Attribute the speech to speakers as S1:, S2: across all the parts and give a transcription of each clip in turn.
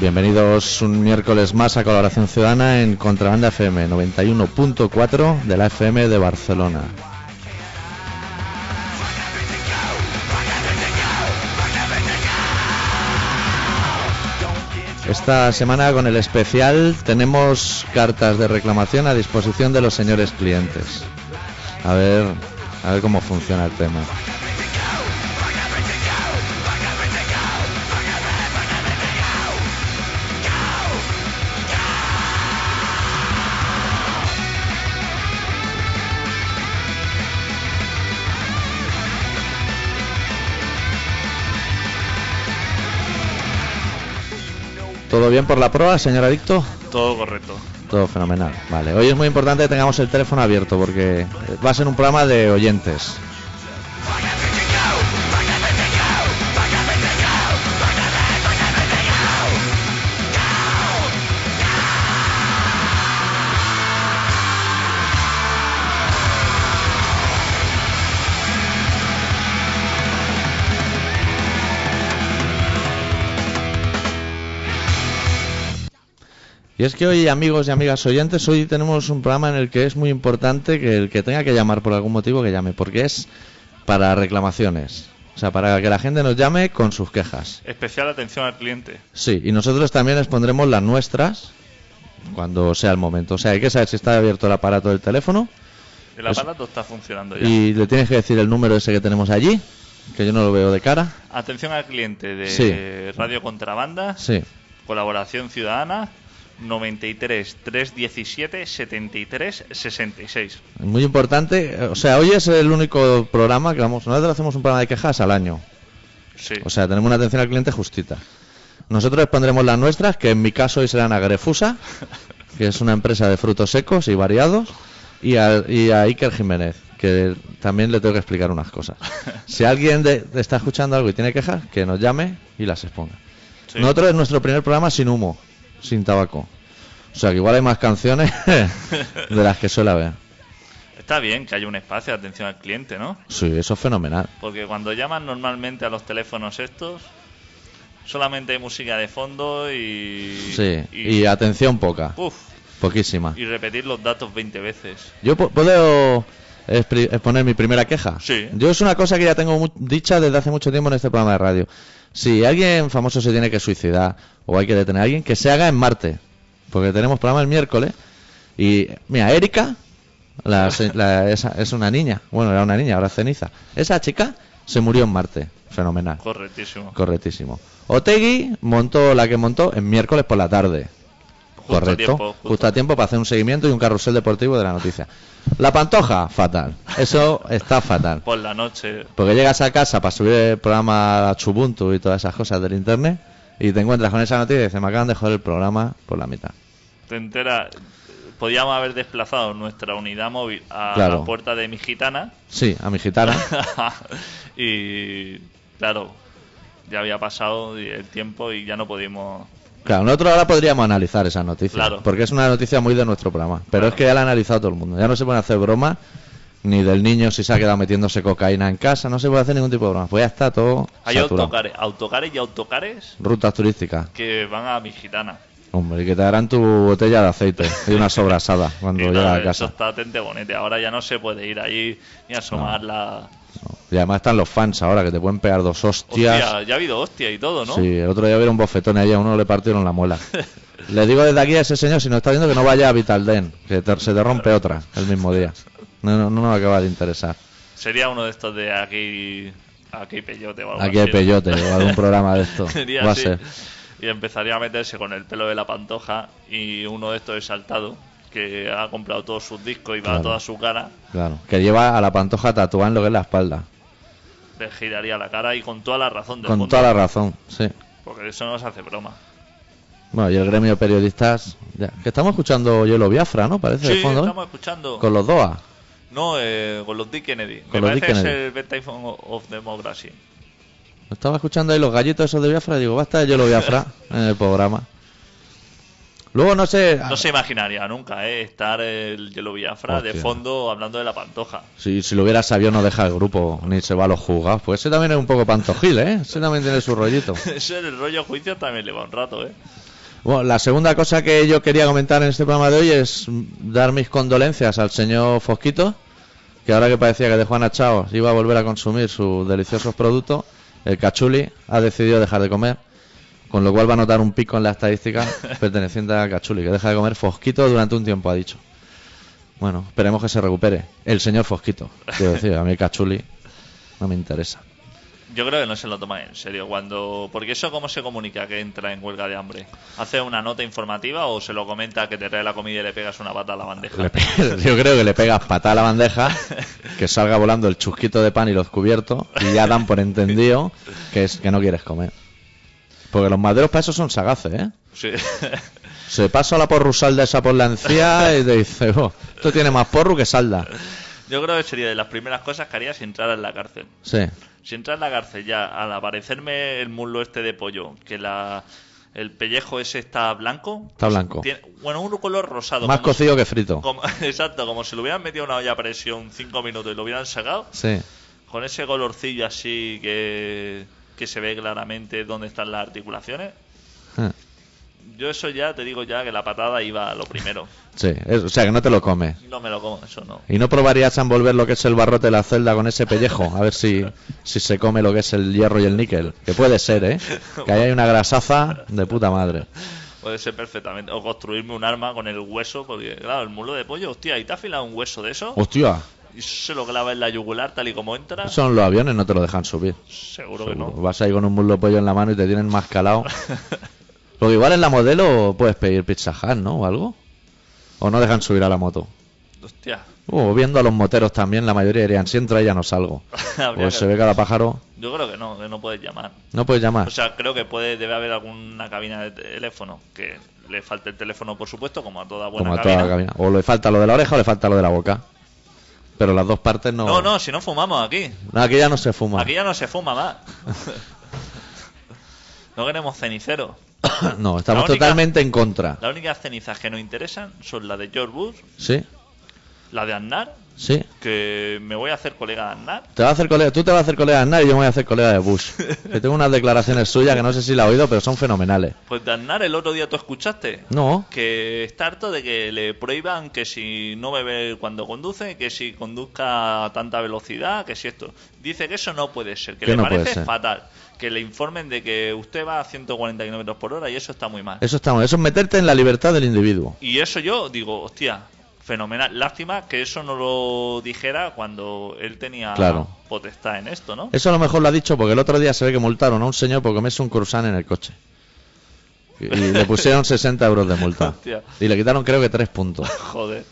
S1: Bienvenidos un miércoles más a Colaboración Ciudadana en Contrabanda FM 91.4 de la FM de Barcelona. Esta semana con el especial tenemos cartas de reclamación a disposición de los señores clientes. A ver, a ver cómo funciona el tema. ¿Todo bien por la prueba, señor adicto?
S2: Todo correcto.
S1: Todo fenomenal. Vale, hoy es muy importante que tengamos el teléfono abierto porque va a ser un programa de oyentes. Y es que hoy, amigos y amigas oyentes, hoy tenemos un programa en el que es muy importante que el que tenga que llamar por algún motivo que llame, porque es para reclamaciones. O sea, para que la gente nos llame con sus quejas.
S2: Especial atención al cliente.
S1: Sí, y nosotros también les pondremos las nuestras cuando sea el momento. O sea, hay que saber si está abierto el aparato del teléfono
S2: El
S1: Eso.
S2: aparato está funcionando ya.
S1: Pues y le tienes que decir el número ese que tenemos allí, que yo no lo veo de cara.
S2: Atención al cliente de
S1: Sí.
S2: Radio Contrabanda,
S1: Sí,
S2: Colaboración Ciudadana, 93 317 73 66.
S1: muy importante. O sea, hoy es el único programa que vamos. Nosotros hacemos un programa de quejas al año.
S2: Sí.
S1: O sea, tenemos una atención al cliente justita. Nosotros les pondremos las nuestras, que en mi caso hoy serán a Grefusa, que es una empresa de frutos secos y variados, y a, y a Iker Jiménez, que también le tengo que explicar unas cosas. Si alguien de- está escuchando algo y tiene quejas, que nos llame y las exponga.
S2: Sí.
S1: Nosotros es nuestro primer programa sin humo, sin tabaco. O sea, que igual hay más canciones de las que suele haber.
S2: Está bien que haya un espacio de atención al cliente, ¿no?
S1: Sí, eso es fenomenal.
S2: Porque cuando llaman normalmente a los teléfonos estos, solamente hay música de fondo y.
S1: Sí, y atención poca,
S2: uf,
S1: poquísima.
S2: y repetir los datos 20 veces.
S1: Yo po- puedo expri- exponer mi primera queja.
S2: Sí.
S1: Yo es una cosa que ya tengo mu- dicha desde hace mucho tiempo en este programa de radio. Si alguien famoso se tiene que suicidar o hay que detener a alguien, que se haga en Marte. Porque tenemos programa el miércoles. Y mira, Erika, la se- la- esa- es una niña. Bueno, era una niña, ahora es ceniza. Esa chica se murió en Marte. Fenomenal.
S2: Correctísimo.
S1: Correctísimo. Otegui montó la que montó en miércoles por la tarde.
S2: Justo a
S1: Correcto.
S2: tiempo,
S1: justo.
S2: justo.
S1: a tiempo para hacer un seguimiento y un carrusel deportivo de la noticia. La pantoja, fatal. Eso está fatal.
S2: Por la noche.
S1: Porque llegas a casa para subir el programa a Chubuntu y todas esas cosas del internet y te encuentras con esa noticia y dices, me acaban de joder el programa por la mitad.
S2: Te entera, podíamos haber desplazado nuestra unidad móvil a
S1: Claro.
S2: la puerta de mi gitana.
S1: Sí, a mi gitana.
S2: y claro, ya había pasado el tiempo y ya no pudimos.
S1: Claro, nosotros ahora podríamos analizar esa noticia.
S2: Claro.
S1: Porque es una noticia muy de nuestro programa. Pero
S2: Claro.
S1: es que ya la ha analizado todo el mundo. Ya no se pueden hacer bromas ni del niño si se ha quedado metiéndose cocaína en casa. No se puede hacer ningún tipo de broma. Pues ya está todo.
S2: Hay
S1: saturado.
S2: autocares, autocares y autocares
S1: Rutas turísticas.
S2: que van a mi gitana.
S1: Hombre, que te darán tu botella de aceite y una sobrasada cuando
S2: Y
S1: llegas
S2: claro,
S1: a
S2: Eso
S1: casa.
S2: está atente bonete. Ahora ya no se puede ir ahí ni asomar la.
S1: No. Y además están los fans ahora que te pueden pegar dos hostias.
S2: Hostia, ya ha habido hostia y todo, ¿no?
S1: Sí, el otro día vieron un bofetón y ahí a uno le partieron la muela. le digo desde aquí a ese señor, si nos está viendo, que no vaya a Vitalden, que te- se te rompe otra el mismo día. No, no, no nos acaba de interesar.
S2: Sería uno de estos de aquí. Aquí hay peyote o algo
S1: Aquí
S2: así,
S1: hay
S2: ¿no?
S1: peyote o algún programa de esto.
S2: Sería
S1: Va a
S2: así.
S1: ser.
S2: Y empezaría a meterse con el pelo de la pantoja y uno de estos es saltado, que ha comprado todos sus discos y va
S1: Claro.
S2: a toda su cara,
S1: Claro. Que lleva a la pantoja tatuada en lo que es la espalda.
S2: le giraría la cara y con toda la razón del
S1: Con
S2: mundo,
S1: toda la razón, sí.
S2: Porque eso no se hace broma.
S1: Bueno, y el gremio de periodistas. ya, que estamos escuchando Yolo Biafra, ¿no? Parece de
S2: Sí,
S1: fondo. ¿eh?
S2: estamos escuchando.
S1: Con los DOA.
S2: No, eh, con los Dick Kennedy.
S1: Con
S2: Me
S1: los Dick
S2: parece que es
S1: Kennedy.
S2: el Best Time of Democracy.
S1: Estaba escuchando ahí los gallitos esos de Biafra y digo, basta de Yolo Biafra en el programa. Luego no sé. ah,
S2: No se imaginaría nunca, ¿eh? Estar el Yellow Biafra de
S1: Hostia.
S2: fondo hablando de la pantoja.
S1: Si, si lo hubiera sabido, no deja el grupo ni se va a los juzgados. Pues ese también es un poco pantojil, ¿eh? Ese también tiene su rollito.
S2: Eso en el rollo juicio también le va un rato, ¿eh?
S1: Bueno, la segunda cosa que yo quería comentar en este programa de hoy es mm, dar mis condolencias al señor Fosquito, que ahora que parecía que de Juana Chao iba a volver a consumir sus deliciosos productos, el cachuli ha decidido dejar de comer, con lo cual va a notar un pico en la estadística perteneciente al cachuli, que deja de comer Fosquito durante un tiempo, ha dicho. Bueno, esperemos que se recupere. El señor Fosquito, quiero decir, a mí el cachuli no me interesa.
S2: Yo creo que no se lo toma en serio cuando... Porque eso cómo se comunica que entra en huelga de hambre. ¿Hace una nota informativa o se lo comenta que te trae la comida y le pegas una pata a la bandeja?
S1: Le pe- yo creo que le pegas patada a la bandeja, que salga volando el chusquito de pan y los cubiertos, y ya dan por entendido que, es, que no quieres comer. Porque los maderos para eso son sagaces, ¿eh?
S2: Sí.
S1: Se pasa la porrusal de esa por la encía y te dice, "Oh, esto tiene más porru que salda.
S2: Yo creo que sería de las primeras cosas que haría si entrara en la cárcel.
S1: Sí.
S2: Si entra en la cárcel ya, al aparecerme el muslo este de pollo, que la, el pellejo ese está blanco.
S1: Está blanco.
S2: Tiene- bueno, un color rosado.
S1: Más
S2: como si-
S1: cocido que frito.
S2: como- exacto, como si lo hubieran metido en una olla a presión cinco minutos y lo hubieran sacado,
S1: Sí.
S2: con ese colorcillo así que, que se ve claramente dónde están las articulaciones.
S1: eh,
S2: Yo eso ya te digo ya que la patada iba a lo primero.
S1: Sí. Es- o sea, que no te lo comes.
S2: No me lo como, eso no.
S1: ¿Y no probarías a envolver lo que es el barrote de la celda con ese pellejo? A ver si, si se come lo que es el hierro y el níquel. Que puede ser, ¿eh? Que ahí hay una grasaza de puta madre.
S2: Puede ser perfectamente. O construirme un arma con el hueso, porque claro, el muslo de pollo, hostia, ¿y te ha afilado un hueso de eso?
S1: Hostia,
S2: Y se lo clava en la yugular tal y como entra.
S1: son los aviones, no te lo dejan subir.
S2: Seguro que
S1: Seguro.
S2: no.
S1: Vas ahí con un muslo de pollo en la mano y te tienen más calado. Porque igual en la modelo puedes pedir Pizza Hut, ¿no? O algo. O no dejan subir a la moto.
S2: Hostia.
S1: O viendo a los moteros también, la mayoría dirían, si entra ya no salgo.
S2: Habría
S1: Pues
S2: que-
S1: se ve cada pájaro.
S2: Yo creo que no, que no puedes llamar.
S1: No puedes llamar.
S2: O sea, creo que puede debe haber alguna cabina de teléfono que le falte el teléfono, por supuesto, como a toda buena
S1: Como a toda
S2: cabina.
S1: la cabina. O le falta lo de la oreja o le falta lo de la boca. Pero las dos partes no.
S2: No, no, si no fumamos aquí.
S1: No, aquí ya no se fuma.
S2: Aquí ya no se fuma más. no queremos cenicero.
S1: no, estamos
S2: La única-
S1: totalmente en contra.
S2: Las únicas cenizas que nos interesan son la de George Bush,
S1: Sí,
S2: la de Aznar,
S1: sí.
S2: que me voy a hacer colega de Aznar.
S1: Te va a hacer colega, tú te vas a hacer colega de Aznar y yo me voy a hacer colega de Bush. Que tengo unas declaraciones suyas que no sé si la he oído, pero son fenomenales.
S2: Pues de Aznar el otro día tú escuchaste.
S1: No,
S2: que está harto de que le prohíban que si no bebe cuando conduce, que si conduzca a tanta velocidad, que si esto. Dice que eso no puede ser, que
S1: Que
S2: le
S1: no puede
S2: parece
S1: ser.
S2: fatal. Que le informen de que usted va a 140 kilómetros por hora y eso está muy mal.
S1: eso está mal. Eso es meterte en la libertad del individuo.
S2: Y eso yo digo, hostia, fenomenal. Lástima que eso no lo dijera cuando él tenía
S1: Claro.
S2: potestad en esto, ¿no?
S1: Eso a lo mejor lo ha dicho porque el otro día se ve que multaron a un señor por comerse un cruzán en el coche. Y y le pusieron 60 euros de multa.
S2: Hostia.
S1: Y le quitaron creo que 3 puntos.
S2: Joder.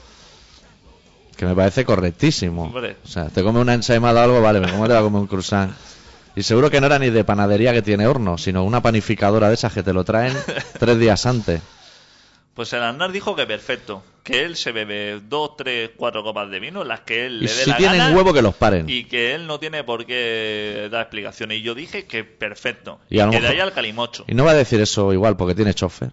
S1: Que me parece correctísimo.
S2: Hombre.
S1: O sea, te come una ensaimada o algo, vale, pero ¿cómo te va a comer un croissant? Y seguro que no era ni de panadería que tiene horno, sino una panificadora de esas que te lo traen tres días antes.
S2: Pues el Aznar dijo que perfecto, que él se bebe dos, tres, cuatro copas de vino, las que él
S1: Y
S2: le dé
S1: si
S2: la
S1: tienen
S2: gana.
S1: huevo, que los paren.
S2: y que él no tiene por qué dar explicaciones. Y yo dije que perfecto.
S1: Y a lo
S2: que de
S1: mejor-
S2: ahí al calimocho.
S1: Y no va a decir eso igual, porque tiene chofer.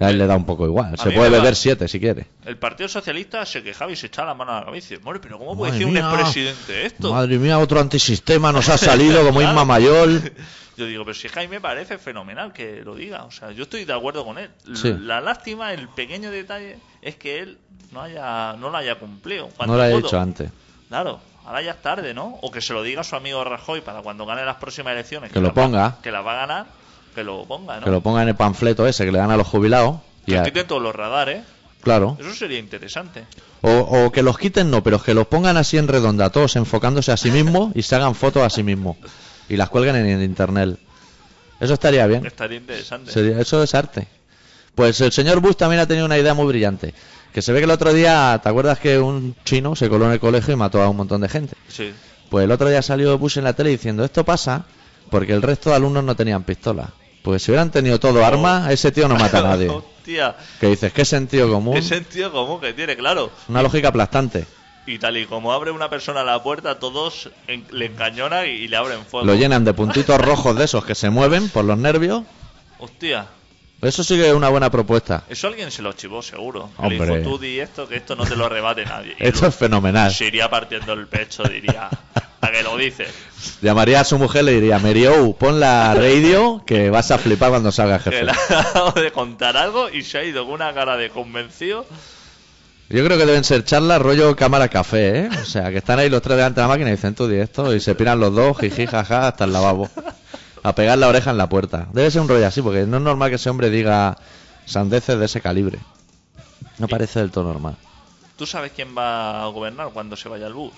S1: A él le da un poco igual. Se
S2: mí
S1: puede
S2: me da-
S1: beber siete si quiere.
S2: El Partido Socialista se quejaba y se echaba la mano a la cabeza. y dice, "Hombre, pero ¿cómo puede
S1: Madre
S2: decir un
S1: mía.
S2: expresidente esto?
S1: Madre mía, otro antisistema nos ha salido como Isma Mayol.
S2: Yo digo, pero si es que a mí me parece fenomenal que lo diga. O sea, yo estoy de acuerdo con él. L-
S1: Sí.
S2: La lástima, el pequeño detalle, es que él no haya no lo haya cumplido.
S1: No
S2: cuando
S1: lo haya
S2: pudo.
S1: dicho antes.
S2: Claro, ahora ya es tarde, ¿no? O que se lo diga a su amigo Rajoy para cuando gane las próximas elecciones.
S1: Que lo
S2: las va-
S1: ponga.
S2: que las va a ganar, que lo ponga, ¿no?
S1: Que lo ponga en el panfleto ese que le dan a los jubilados. Y
S2: Que
S1: a-
S2: quiten todos los radares.
S1: Claro.
S2: Eso sería interesante.
S1: O, o que los quiten, no, pero que los pongan así en redonda, todos enfocándose a sí mismos y se hagan fotos a sí mismos. Y las cuelguen en el internet. Eso estaría bien.
S2: Estaría interesante.
S1: Sería- eso es arte. Pues el señor Bush también ha tenido una idea muy brillante. Que se ve que el otro día, ¿te acuerdas que un chino se coló en el colegio y mató a un montón de gente?
S2: Sí.
S1: Pues el otro día salió Bush en la tele diciendo, esto pasa porque el resto de alumnos no tenían pistolas. Pues si hubieran tenido todo armas, ese tío no mata a nadie.
S2: Hostia,
S1: Que dices, qué sentido común.
S2: qué sentido común que tiene, claro.
S1: Una lógica aplastante.
S2: Y tal y como abre una persona la puerta, todos en- le encañonan y, y le abren fuego.
S1: Lo llenan de puntitos rojos de esos que se mueven por los nervios
S2: Hostia,
S1: Eso sí que es una buena propuesta.
S2: Eso alguien se lo chivó, seguro.
S1: Hombre.
S2: Le dijo, tú di esto, que esto no te lo rebate nadie. Y
S1: Esto es fenomenal.
S2: Se iría partiendo el pecho, diría. ¿A que lo dices?
S1: Llamaría a su mujer y le diría, Meriou, pon la radio que vas a flipar cuando salga el
S2: Que
S1: jefe.
S2: le ha dado de contar algo y se ha ido con una cara de convencido.
S1: Yo creo que deben ser charlas rollo cámara café, ¿eh? O sea, que están ahí los tres delante de la máquina y dicen tú di esto y se piran los dos, jiji, jaja, hasta el lavabo. A pegar la oreja en la puerta. Debe ser un rollo así, porque no es normal que ese hombre diga sandeces de ese calibre. No parece del todo normal.
S2: ¿Tú sabes quién va a gobernar cuando se vaya el bus?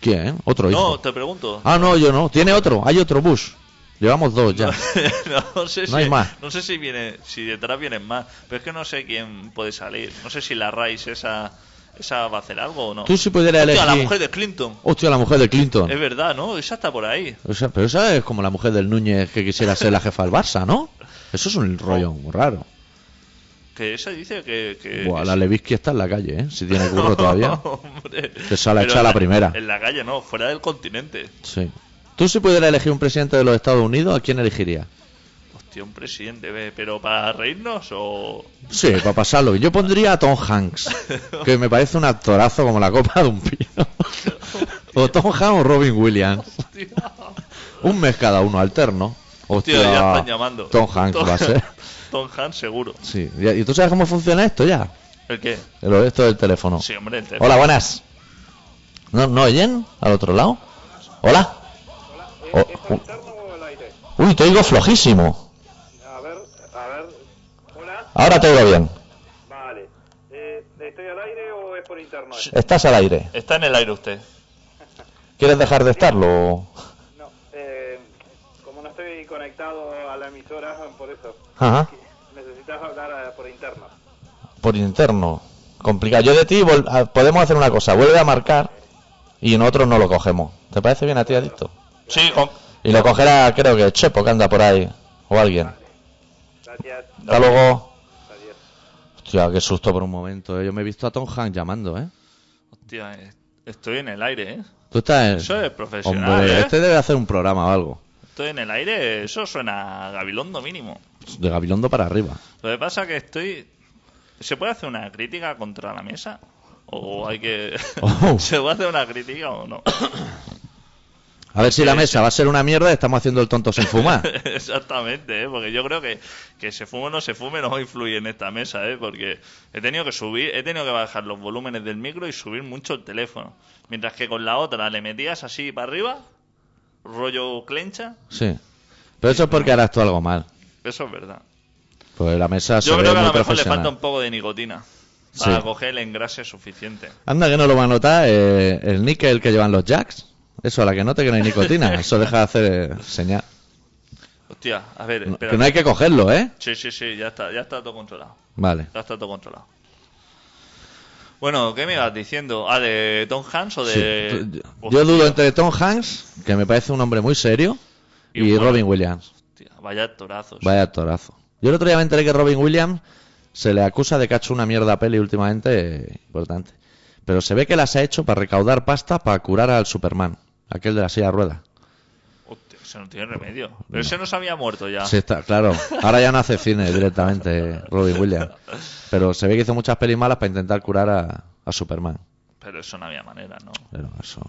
S1: ¿Quién? ¿Otro hijo?
S2: No, te pregunto.
S1: Ah, no, yo no. Tiene otro, hay otro bus. Llevamos dos ya.
S2: no sé si,
S1: No hay más.
S2: no sé si viene, si detrás vienen más, pero es que no sé quién puede salir. No sé si la Rice esa, esa va a hacer algo o no.
S1: Tú si pudieras
S2: Hostia,
S1: elegir...
S2: la mujer de Clinton.
S1: Hostia, la mujer de Clinton.
S2: Es verdad, ¿no? Esa está por ahí.
S1: O sea, pero esa es como la mujer del Núñez que quisiera ser la jefa del Barça, ¿no? Eso es un rollo muy raro.
S2: Que esa dice que. que
S1: Buah,
S2: que
S1: la
S2: sí.
S1: Levinsky está en la calle, ¿eh? Si tiene curro todavía.
S2: Hombre.
S1: Que sale
S2: Pero
S1: hecha
S2: en
S1: la primera.
S2: En la calle, no, fuera del continente.
S1: Sí. Tú si pudieras elegir un presidente de los Estados Unidos, ¿a quién elegirías?
S2: Hostia, un presidente, ve, pero para reírnos o.
S1: Sí, para pasarlo. bien. Yo pondría a Tom Hanks, que me parece un actorazo como la copa de un pino. O Tom Hanks o Robin Williams.
S2: Hostia.
S1: Un mes cada uno, alterno. Hostia,
S2: Tío, ya están llamando.
S1: Tom Hanks va a ser.
S2: Tom Hanks, seguro.
S1: Sí. ¿Y y tú sabes cómo funciona esto ya?
S2: ¿El qué?
S1: El esto del teléfono.
S2: Sí, hombre, el tema.
S1: Hola, buenas. ¿No, ¿No oyen al otro lado? Hola. O-
S3: eh, ¿Es interno o el aire?
S1: uy, te oigo flojísimo.
S3: A ver, a ver. Hola,
S1: Ahora te oigo bien.
S3: vale. Eh, ¿Estoy al aire o es por interno? esto?
S1: Estás al aire.
S2: Está en el aire usted.
S1: ¿Quieres dejar de estarlo? o?
S3: No, eh, como no estoy conectado a la emisora, por eso.
S1: Ajá.
S3: Necesitas hablar eh, por interno.
S1: Por interno. Complicado. Yo de ti vol- a- podemos hacer una cosa. Vuelve a marcar y nosotros no lo cogemos. ¿Te parece bien a ti, Adicto?
S2: Sí, con...
S1: Y lo cogerá, creo que Chepo, que anda por ahí. O alguien.
S3: Gracias,
S1: Hasta luego.
S3: adiós.
S1: Hostia, qué susto por un momento. eh. Yo me he visto a Tom Hanks llamando, ¿eh?
S2: Hostia, eh, estoy en el aire, ¿eh?
S1: Tú estás en...
S2: Eso es profesional,
S1: Hombre,
S2: ¿eh?
S1: este debe hacer un programa o algo.
S2: Estoy en el aire, eso suena a Gabilondo mínimo.
S1: De Gabilondo para arriba.
S2: Lo que pasa que estoy... ¿Se puede hacer una crítica contra la mesa? ¿O hay que...?
S1: Oh.
S2: ¿Se puede hacer una crítica o no?
S1: A ver si la mesa va a ser una mierda, estamos haciendo el tonto sin fumar.
S2: Exactamente, ¿eh? porque yo creo que, que se fume o no se fume no influye en esta mesa, ¿eh? porque he tenido que subir, he tenido que bajar los volúmenes del micro y subir mucho el teléfono. Mientras que con la otra le metías así para arriba, rollo clencha,
S1: Sí. Pero eso es porque harás tú algo mal.
S2: eso es verdad.
S1: Pues la mesa se
S2: Yo
S1: ve
S2: creo que a
S1: muy
S2: lo mejor le
S1: profesional.
S2: falta un poco de nicotina para
S1: Sí.
S2: coger el engrase suficiente.
S1: Anda que no lo va a notar eh, el níquel que llevan los jacks. Eso, a la que note que no hay nicotina. Eso deja de hacer eh, señal.
S2: Hostia, a ver,
S1: No-
S2: espera.
S1: que no hay que cogerlo, ¿eh?
S2: Sí, sí, sí, ya está, ya está todo controlado.
S1: Vale.
S2: Ya está todo controlado. Bueno, ¿qué me ibas diciendo? ¿Ah, de Tom Hanks o
S1: Sí.
S2: de...?
S1: Yo-
S2: Hostia.
S1: Yo dudo entre Tom Hanks, que me parece un hombre muy serio,
S2: Y
S1: y
S2: bueno.
S1: Robin Williams.
S2: Hostia, vaya torazos.
S1: Vaya actorazo. Yo el otro día me enteré que Robin Williams se le acusa de que ha hecho una mierda peli últimamente eh, importante. Pero se ve que las ha hecho para recaudar pasta para curar al Superman, aquel de la silla de ruedas.
S2: Hostia, ese no tiene remedio. Pero ese no se había muerto ya.
S1: Sí, está, claro. Ahora ya no hace cine directamente Robin Williams. Pero se ve que hizo muchas pelis malas para intentar curar a, a Superman.
S2: Pero eso no había manera, ¿no?
S1: Pero eso.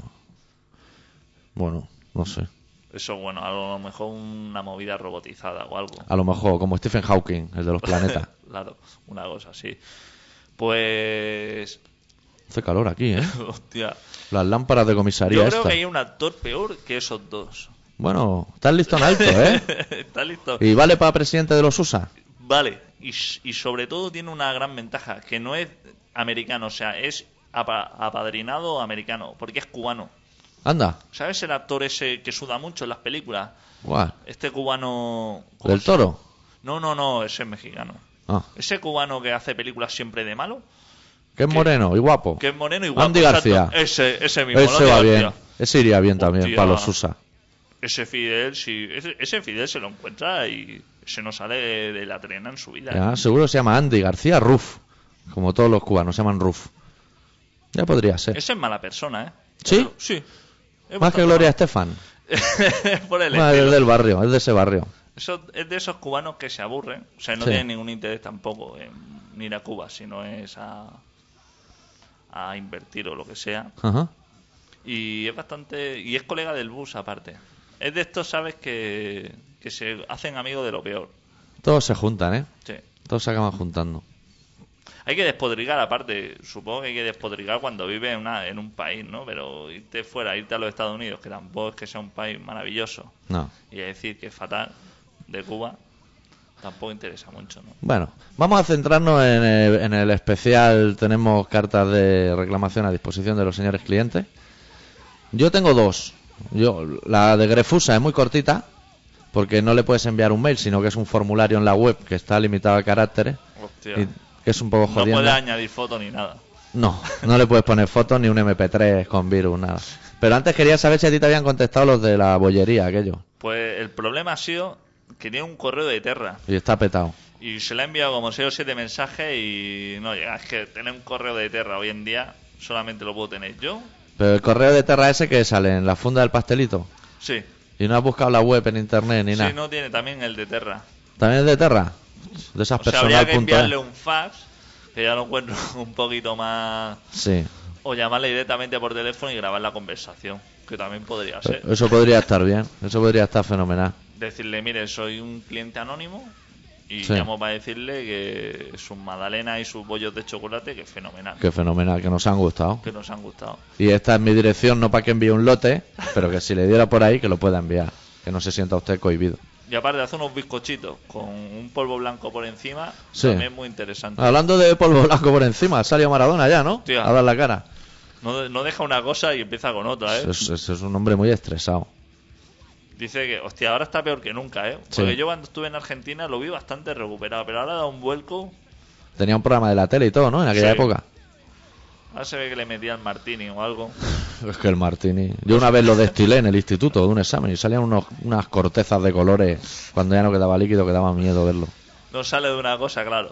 S1: Bueno, no sé.
S2: Eso, bueno, a lo mejor una movida robotizada o algo.
S1: A lo mejor como Stephen Hawking, el de los planetas.
S2: Claro, una cosa así. Pues.
S1: Hace calor aquí, ¿eh?
S2: Hostia.
S1: Las lámparas de
S2: Yo
S1: comisaría
S2: creo
S1: esta.
S2: que hay un actor peor que esos dos.
S1: Bueno, estás listo en alto, ¿eh?
S2: Está listo.
S1: ¿Y vale para presidente de los USA?
S2: Vale, y, s- y sobre todo tiene una gran ventaja: que no es americano, o sea, es apa- apadrinado americano, porque es cubano.
S1: Anda.
S2: ¿Sabes el actor ese que suda mucho en las películas?
S1: Guau.
S2: Este cubano. ¿cómo
S1: ¿Del
S2: se-
S1: toro?
S2: No, no, no, ese es mexicano.
S1: Ah.
S2: Ese cubano que hace películas siempre de malo,
S1: Que es moreno y guapo.
S2: que es moreno y guapo.
S1: Andy
S2: exacto.
S1: García.
S2: Ese, ese mismo.
S1: Ese
S2: Andy
S1: va
S2: García.
S1: bien. Ese iría bien también
S2: Hostia.
S1: para los USA.
S2: Ese Fidel, sí, ese, ese Fidel se lo encuentra y se nos sale de, de la trena en su vida. ¿eh?
S1: Ya, seguro se llama Andy García Ruf. Como todos los cubanos se llaman Ruf. Ya podría ser.
S2: Ese es mala persona, ¿eh?
S1: ¿Sí?
S2: Sí. Es
S1: Más que
S2: bastante
S1: Gloria Estefan.
S2: mala. Por el
S1: Bueno,
S2: estilo.
S1: es del barrio, es de ese barrio.
S2: Eso es de esos cubanos que se aburren, o sea, no
S1: Sí.
S2: tienen ningún interés tampoco en ir a Cuba, sino es a, a invertir o lo que sea.
S1: Ajá.
S2: Y es bastante. Y es colega del bus, aparte. Es de estos, sabes, que, que se hacen amigos de lo peor.
S1: Todos se juntan, ¿eh?
S2: Sí.
S1: Todos se acaban juntando.
S2: Hay que despodrigar, aparte. Supongo que hay que despodrigar cuando vives en, una- en un país, ¿no? Pero irte fuera, irte a los Estados Unidos, que tampoco es que sea un país maravilloso,
S1: No.
S2: y decir que es fatal de Cuba, tampoco interesa mucho, ¿no?
S1: Bueno, vamos a centrarnos en el, en el especial. Tenemos cartas de reclamación a disposición de los señores clientes. Yo tengo dos. Yo, la de Grefusa es muy cortita, porque no le puedes enviar un mail, sino que es un formulario en la web que está limitado a caracteres,
S2: Hostia.
S1: y que es un poco
S2: No
S1: jodiendo.
S2: puedes añadir fotos ni nada.
S1: No, no le puedes poner fotos ni un MP3 con virus, nada. Pero antes quería saber si a ti te habían contestado los de la bollería, aquello.
S2: Pues el problema ha sido que tiene un correo de Terra
S1: Y está petado.
S2: y se le ha enviado como 6 o 7 mensajes y no llega. Es que tener un correo de Terra hoy en día solamente lo puedo tener yo.
S1: Pero el correo de Terra ese que sale en la funda del pastelito.
S2: Sí.
S1: Y no has buscado la web en internet ni
S2: Si
S1: nada.
S2: no tiene también el de Terra.
S1: También es de Terra. De esas
S2: O sea, habría
S1: personal
S2: que
S1: punto,
S2: enviarle
S1: eh.
S2: un fax, que ya lo encuentro un poquito más...
S1: Sí.
S2: O llamarle directamente por teléfono y grabar la conversación, que también podría ser.
S1: Eso podría estar bien. Eso podría estar fenomenal.
S2: decirle, mire, soy un cliente anónimo y
S1: Sí.
S2: llamo para decirle que sus magdalenas y sus bollos de chocolate, que es fenomenal,
S1: Que fenomenal, que nos han gustado.
S2: que nos han gustado.
S1: Y esta es mi dirección, no para que envíe un lote, pero que si le diera por ahí, que lo pueda enviar. Que no se sienta usted cohibido.
S2: Y aparte hace unos bizcochitos con un polvo blanco por encima,
S1: Sí. Ah.
S2: también muy interesante.
S1: Hablando de polvo blanco por encima, salió Maradona ya, ¿no?
S2: Hostia.
S1: A dar la cara.
S2: No, no deja una cosa y empieza con otra, ¿eh?
S1: Es, es- es un hombre muy estresado.
S2: Dice que, hostia, ahora está peor que nunca, ¿eh?
S1: Sí.
S2: Porque yo cuando estuve en Argentina lo vi bastante recuperado, pero ahora da un vuelco,
S1: Tenía un programa de la tele y todo, ¿no? En aquella
S2: Sí.
S1: época.
S2: ahora se ve que le metía el martini o algo.
S1: Es que el martini. Yo una vez lo destilé en el instituto de un examen y salían unos- unas cortezas de colores cuando ya no quedaba líquido, que daba miedo verlo.
S2: No sale de una cosa, claro.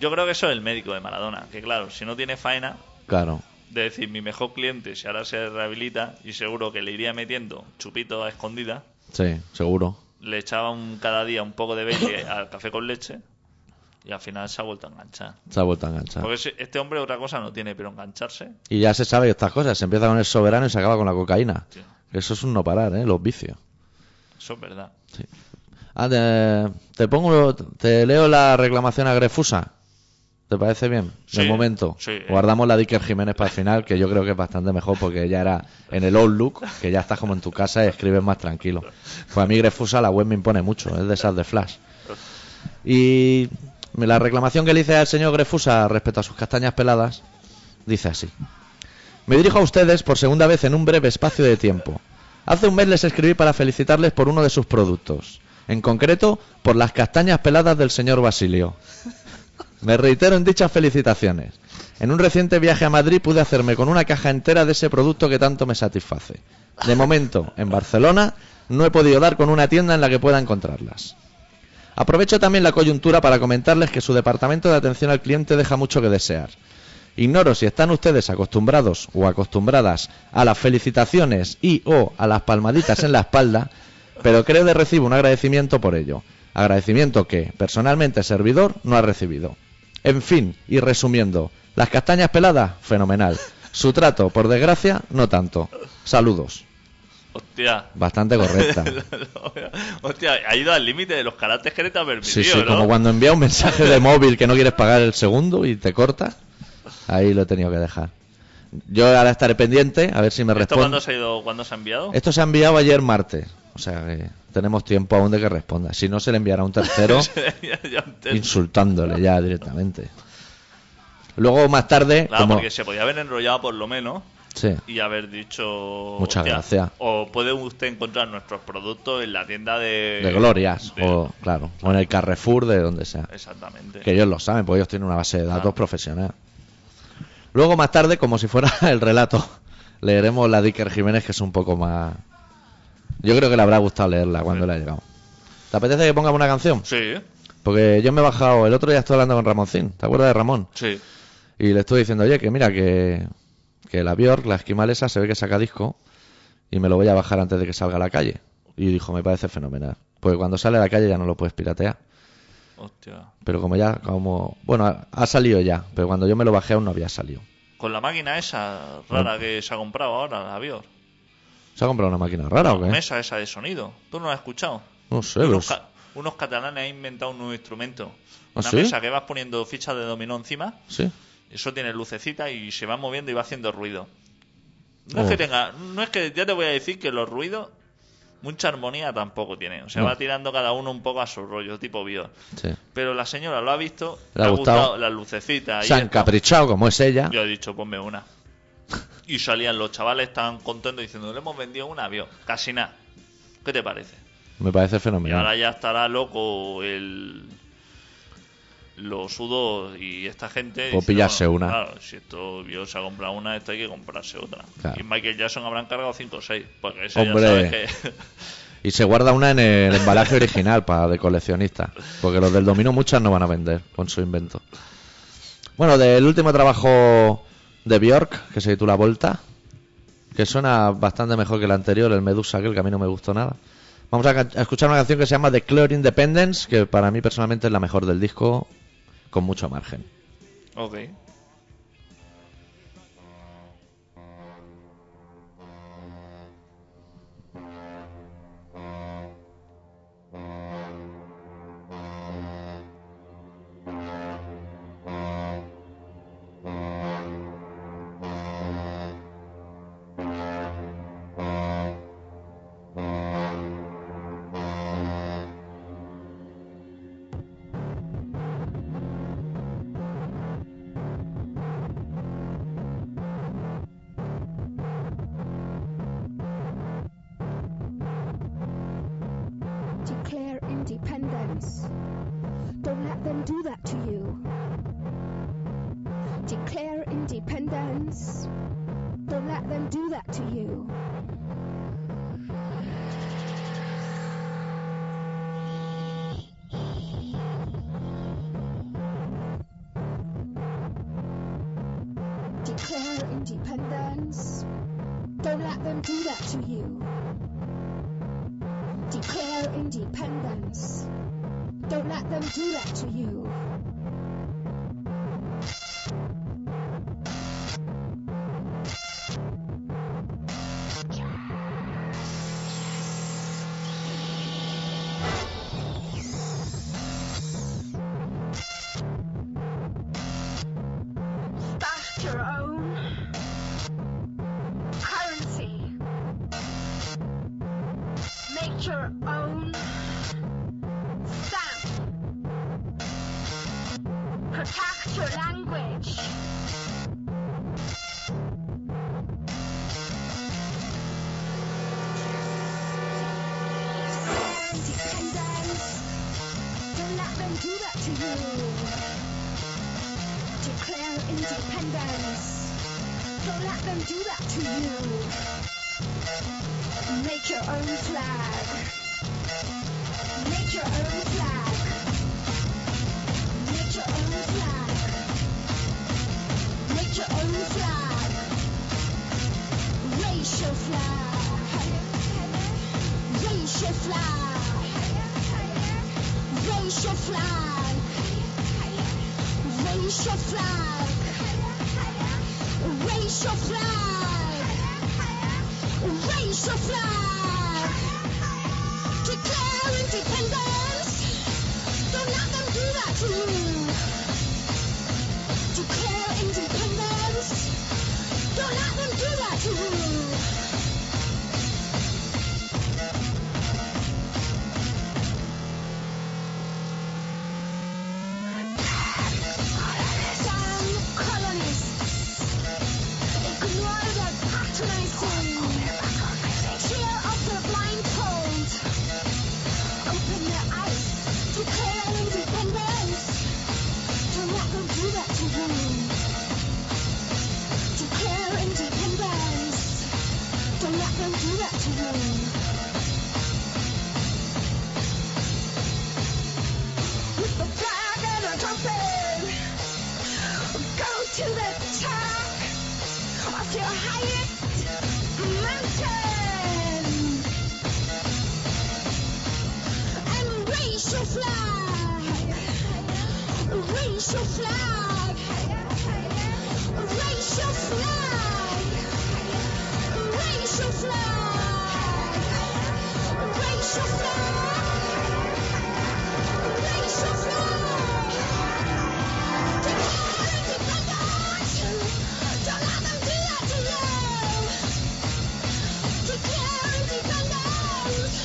S2: Yo creo que eso es el médico de Maradona, que claro, si no tiene faena,
S1: Claro.
S2: de decir mi mejor cliente si ahora se rehabilita y seguro que le iría metiendo chupito a escondida
S1: Sí, seguro.
S2: le echaba un, cada día un poco de baile al café con leche y al final se ha vuelto a enganchar
S1: Se ha vuelto a enganchar.
S2: porque ese- este hombre otra cosa no tiene pero engancharse
S1: Y ya se sabe que estas cosas. Se empieza con el soberano y se acaba con la cocaína.
S2: tío,
S1: Eso es un no parar, ¿eh? Los vicios.
S2: eso es verdad
S1: Ah, te, te pongo, te leo la reclamación a Grefusa. ¿Te parece bien?
S2: Sí,
S1: de momento.
S2: sí.
S1: Guardamos la de Iker Jiménez para el final, que yo creo que es bastante mejor porque ya era en el Outlook, que ya estás como en tu casa y escribes más tranquilo. Pues a mí Grefusa la web me impone mucho, es de esas de Flash. Y la reclamación que le hice al señor Grefusa respecto a sus castañas peladas dice así. Me dirijo a ustedes por segunda vez en un breve espacio de tiempo. Hace un mes les escribí para felicitarles por uno de sus productos, en concreto por las castañas peladas del señor Basilio. Me reitero en dichas felicitaciones. En un reciente viaje a Madrid pude hacerme con una caja entera de ese producto que tanto me satisface. De momento, en Barcelona, no he podido dar con una tienda en la que pueda encontrarlas. Aprovecho también la coyuntura para comentarles que su departamento de atención al cliente deja mucho que desear. Ignoro si están ustedes acostumbrados o acostumbradas a las felicitaciones y o a las palmaditas en la espalda, pero creo que recibo un agradecimiento por ello. Agradecimiento que, personalmente, servidor no ha recibido. En fin, y resumiendo, las castañas peladas, fenomenal. Su trato, por desgracia, no tanto. Saludos.
S2: hostia
S1: Bastante correcta.
S2: hostia ha ido al límite de los caracteres que le te ha permitido
S1: Sí, sí,
S2: ¿no?
S1: como cuando envía un mensaje de móvil que no quieres pagar el segundo y te corta. Ahí lo he tenido que dejar. Yo ahora estaré pendiente a ver si me
S2: ¿esto cuándo
S1: responde.
S2: se ha ido cuándo se ha enviado?
S1: Esto se ha enviado ayer martes. O sea que tenemos tiempo aún de que responda. Si no, se le enviará a un tercero
S2: Ya- ya entiendo.
S1: insultándole ya directamente. Luego, más tarde,
S2: claro
S1: como...
S2: porque se podía haber enrollado por lo menos
S1: Sí,
S2: y haber dicho.
S1: Muchas
S2: "Hostia,
S1: gracias".
S2: O puede usted encontrar nuestros productos en la tienda de.
S1: de glorias.
S2: de-
S1: O, claro, o en el Carrefour de donde sea.
S2: Exactamente.
S1: Que ellos lo saben, porque ellos tienen una base de datos
S2: Ah.
S1: profesional. Luego, más tarde, como si fuera el relato, leeremos la de Iker Jiménez, que es un poco más. Yo creo que le habrá gustado leerla cuando le ha llegado. ¿Te apetece que pongamos una canción?
S2: Sí,
S1: Porque yo me he bajado. El otro día estuve hablando con Ramoncín, ¿te acuerdas de Ramón?
S2: sí.
S1: Y le estuve diciendo, oye, que mira, que, que la Bjork, la esquimal esa, se ve que saca disco y me lo voy a bajar antes de que salga a la calle. Y dijo, me parece fenomenal. Porque cuando sale a la calle ya no lo puedes piratear.
S2: Hostia.
S1: Pero como ya, como. Bueno, ha, ha salido ya, pero cuando yo me lo bajé aún no había salido.
S2: Con la máquina esa rara que se ha comprado ahora, la Bior.
S1: ¿Se ha comprado una máquina rara o
S2: La
S1: qué?
S2: mesa esa de sonido. ¿Tú no la has escuchado?
S1: No sé, pero.
S2: Unos, ca- unos catalanes han inventado un nuevo instrumento.
S1: ¿Ah,
S2: una
S1: sí?
S2: mesa que vas poniendo fichas de dominó encima.
S1: Sí.
S2: Eso tiene lucecita y se va moviendo y va haciendo ruido. No
S1: Oh.
S2: es que tenga. No es que ya te voy a decir que los ruidos. Mucha armonía tampoco tiene. O sea,
S1: No.
S2: va tirando cada uno un poco a su rollo, tipo Bior.
S1: sí.
S2: Pero la señora lo ha visto,
S1: Le ha gustado.
S2: las lucecitas. y
S1: Se han
S2: esto.
S1: caprichado como es ella.
S2: Yo he dicho, ponme una. Y salían los chavales, estaban contentos diciendo, le hemos vendido un avión, casi nada. ¿Qué te parece?
S1: Me parece
S2: Y ahora
S1: fenomenal.
S2: ya estará loco el. Los sudos y esta gente.
S1: O
S2: diciendo,
S1: pillarse
S2: bueno,
S1: una.
S2: Claro, si esto Dios se ha comprado una, esto hay que comprarse otra.
S1: Claro.
S2: Y Michael Jackson habrán cargado 5 o 6. Porque ese ya
S1: Hombre.
S2: sabes que.
S1: Y se guarda una en el embalaje original para de coleccionista. Porque los del dominó muchas no van a vender con su invento. Bueno, del último trabajo de Bjork, que se titula Volta, que suena bastante mejor que el anterior, el Medusa, que el que a mí no me gustó nada. Vamos a, ca- a escuchar una canción que se llama The Clear Independence, que para mí personalmente es la mejor del disco, con mucho margen.
S2: ok.
S4: Declare independence. Don't let them do that to you. Declare independence. Don't let them do that to you. Declare independence. Don't let them do that to you. Declare independence. Don't let them do that to you.
S5: Back your own currency. Make your own stamp. Protect your language.
S4: Declare independence. Don't let them do that to you. Declare independence. Don't let them do that to you. Make your own flag. Make your own flag. Make your own flag. Make your own flag. Raise your flag. Raise your flag. Raise your flag. Raise your flag. Raise your flag. Raise your flag. Declare independence. Don't let them do that to you. Declare independence. Don't let them do that to you. Damn colonists! Ignore their patronizing! Cheer up their blindfold! Open their eyes! Declare independence! Don't let them do that to you! Declare independence! Don't let them do that to you! With the flag and a trumpet! go to the top of your highest mountain. your flag. Raise your flag. Raise your flag. Raise your flag. Raise your flag. Raise your flag. Declare independence. Don't let them do that to you. Declare independence.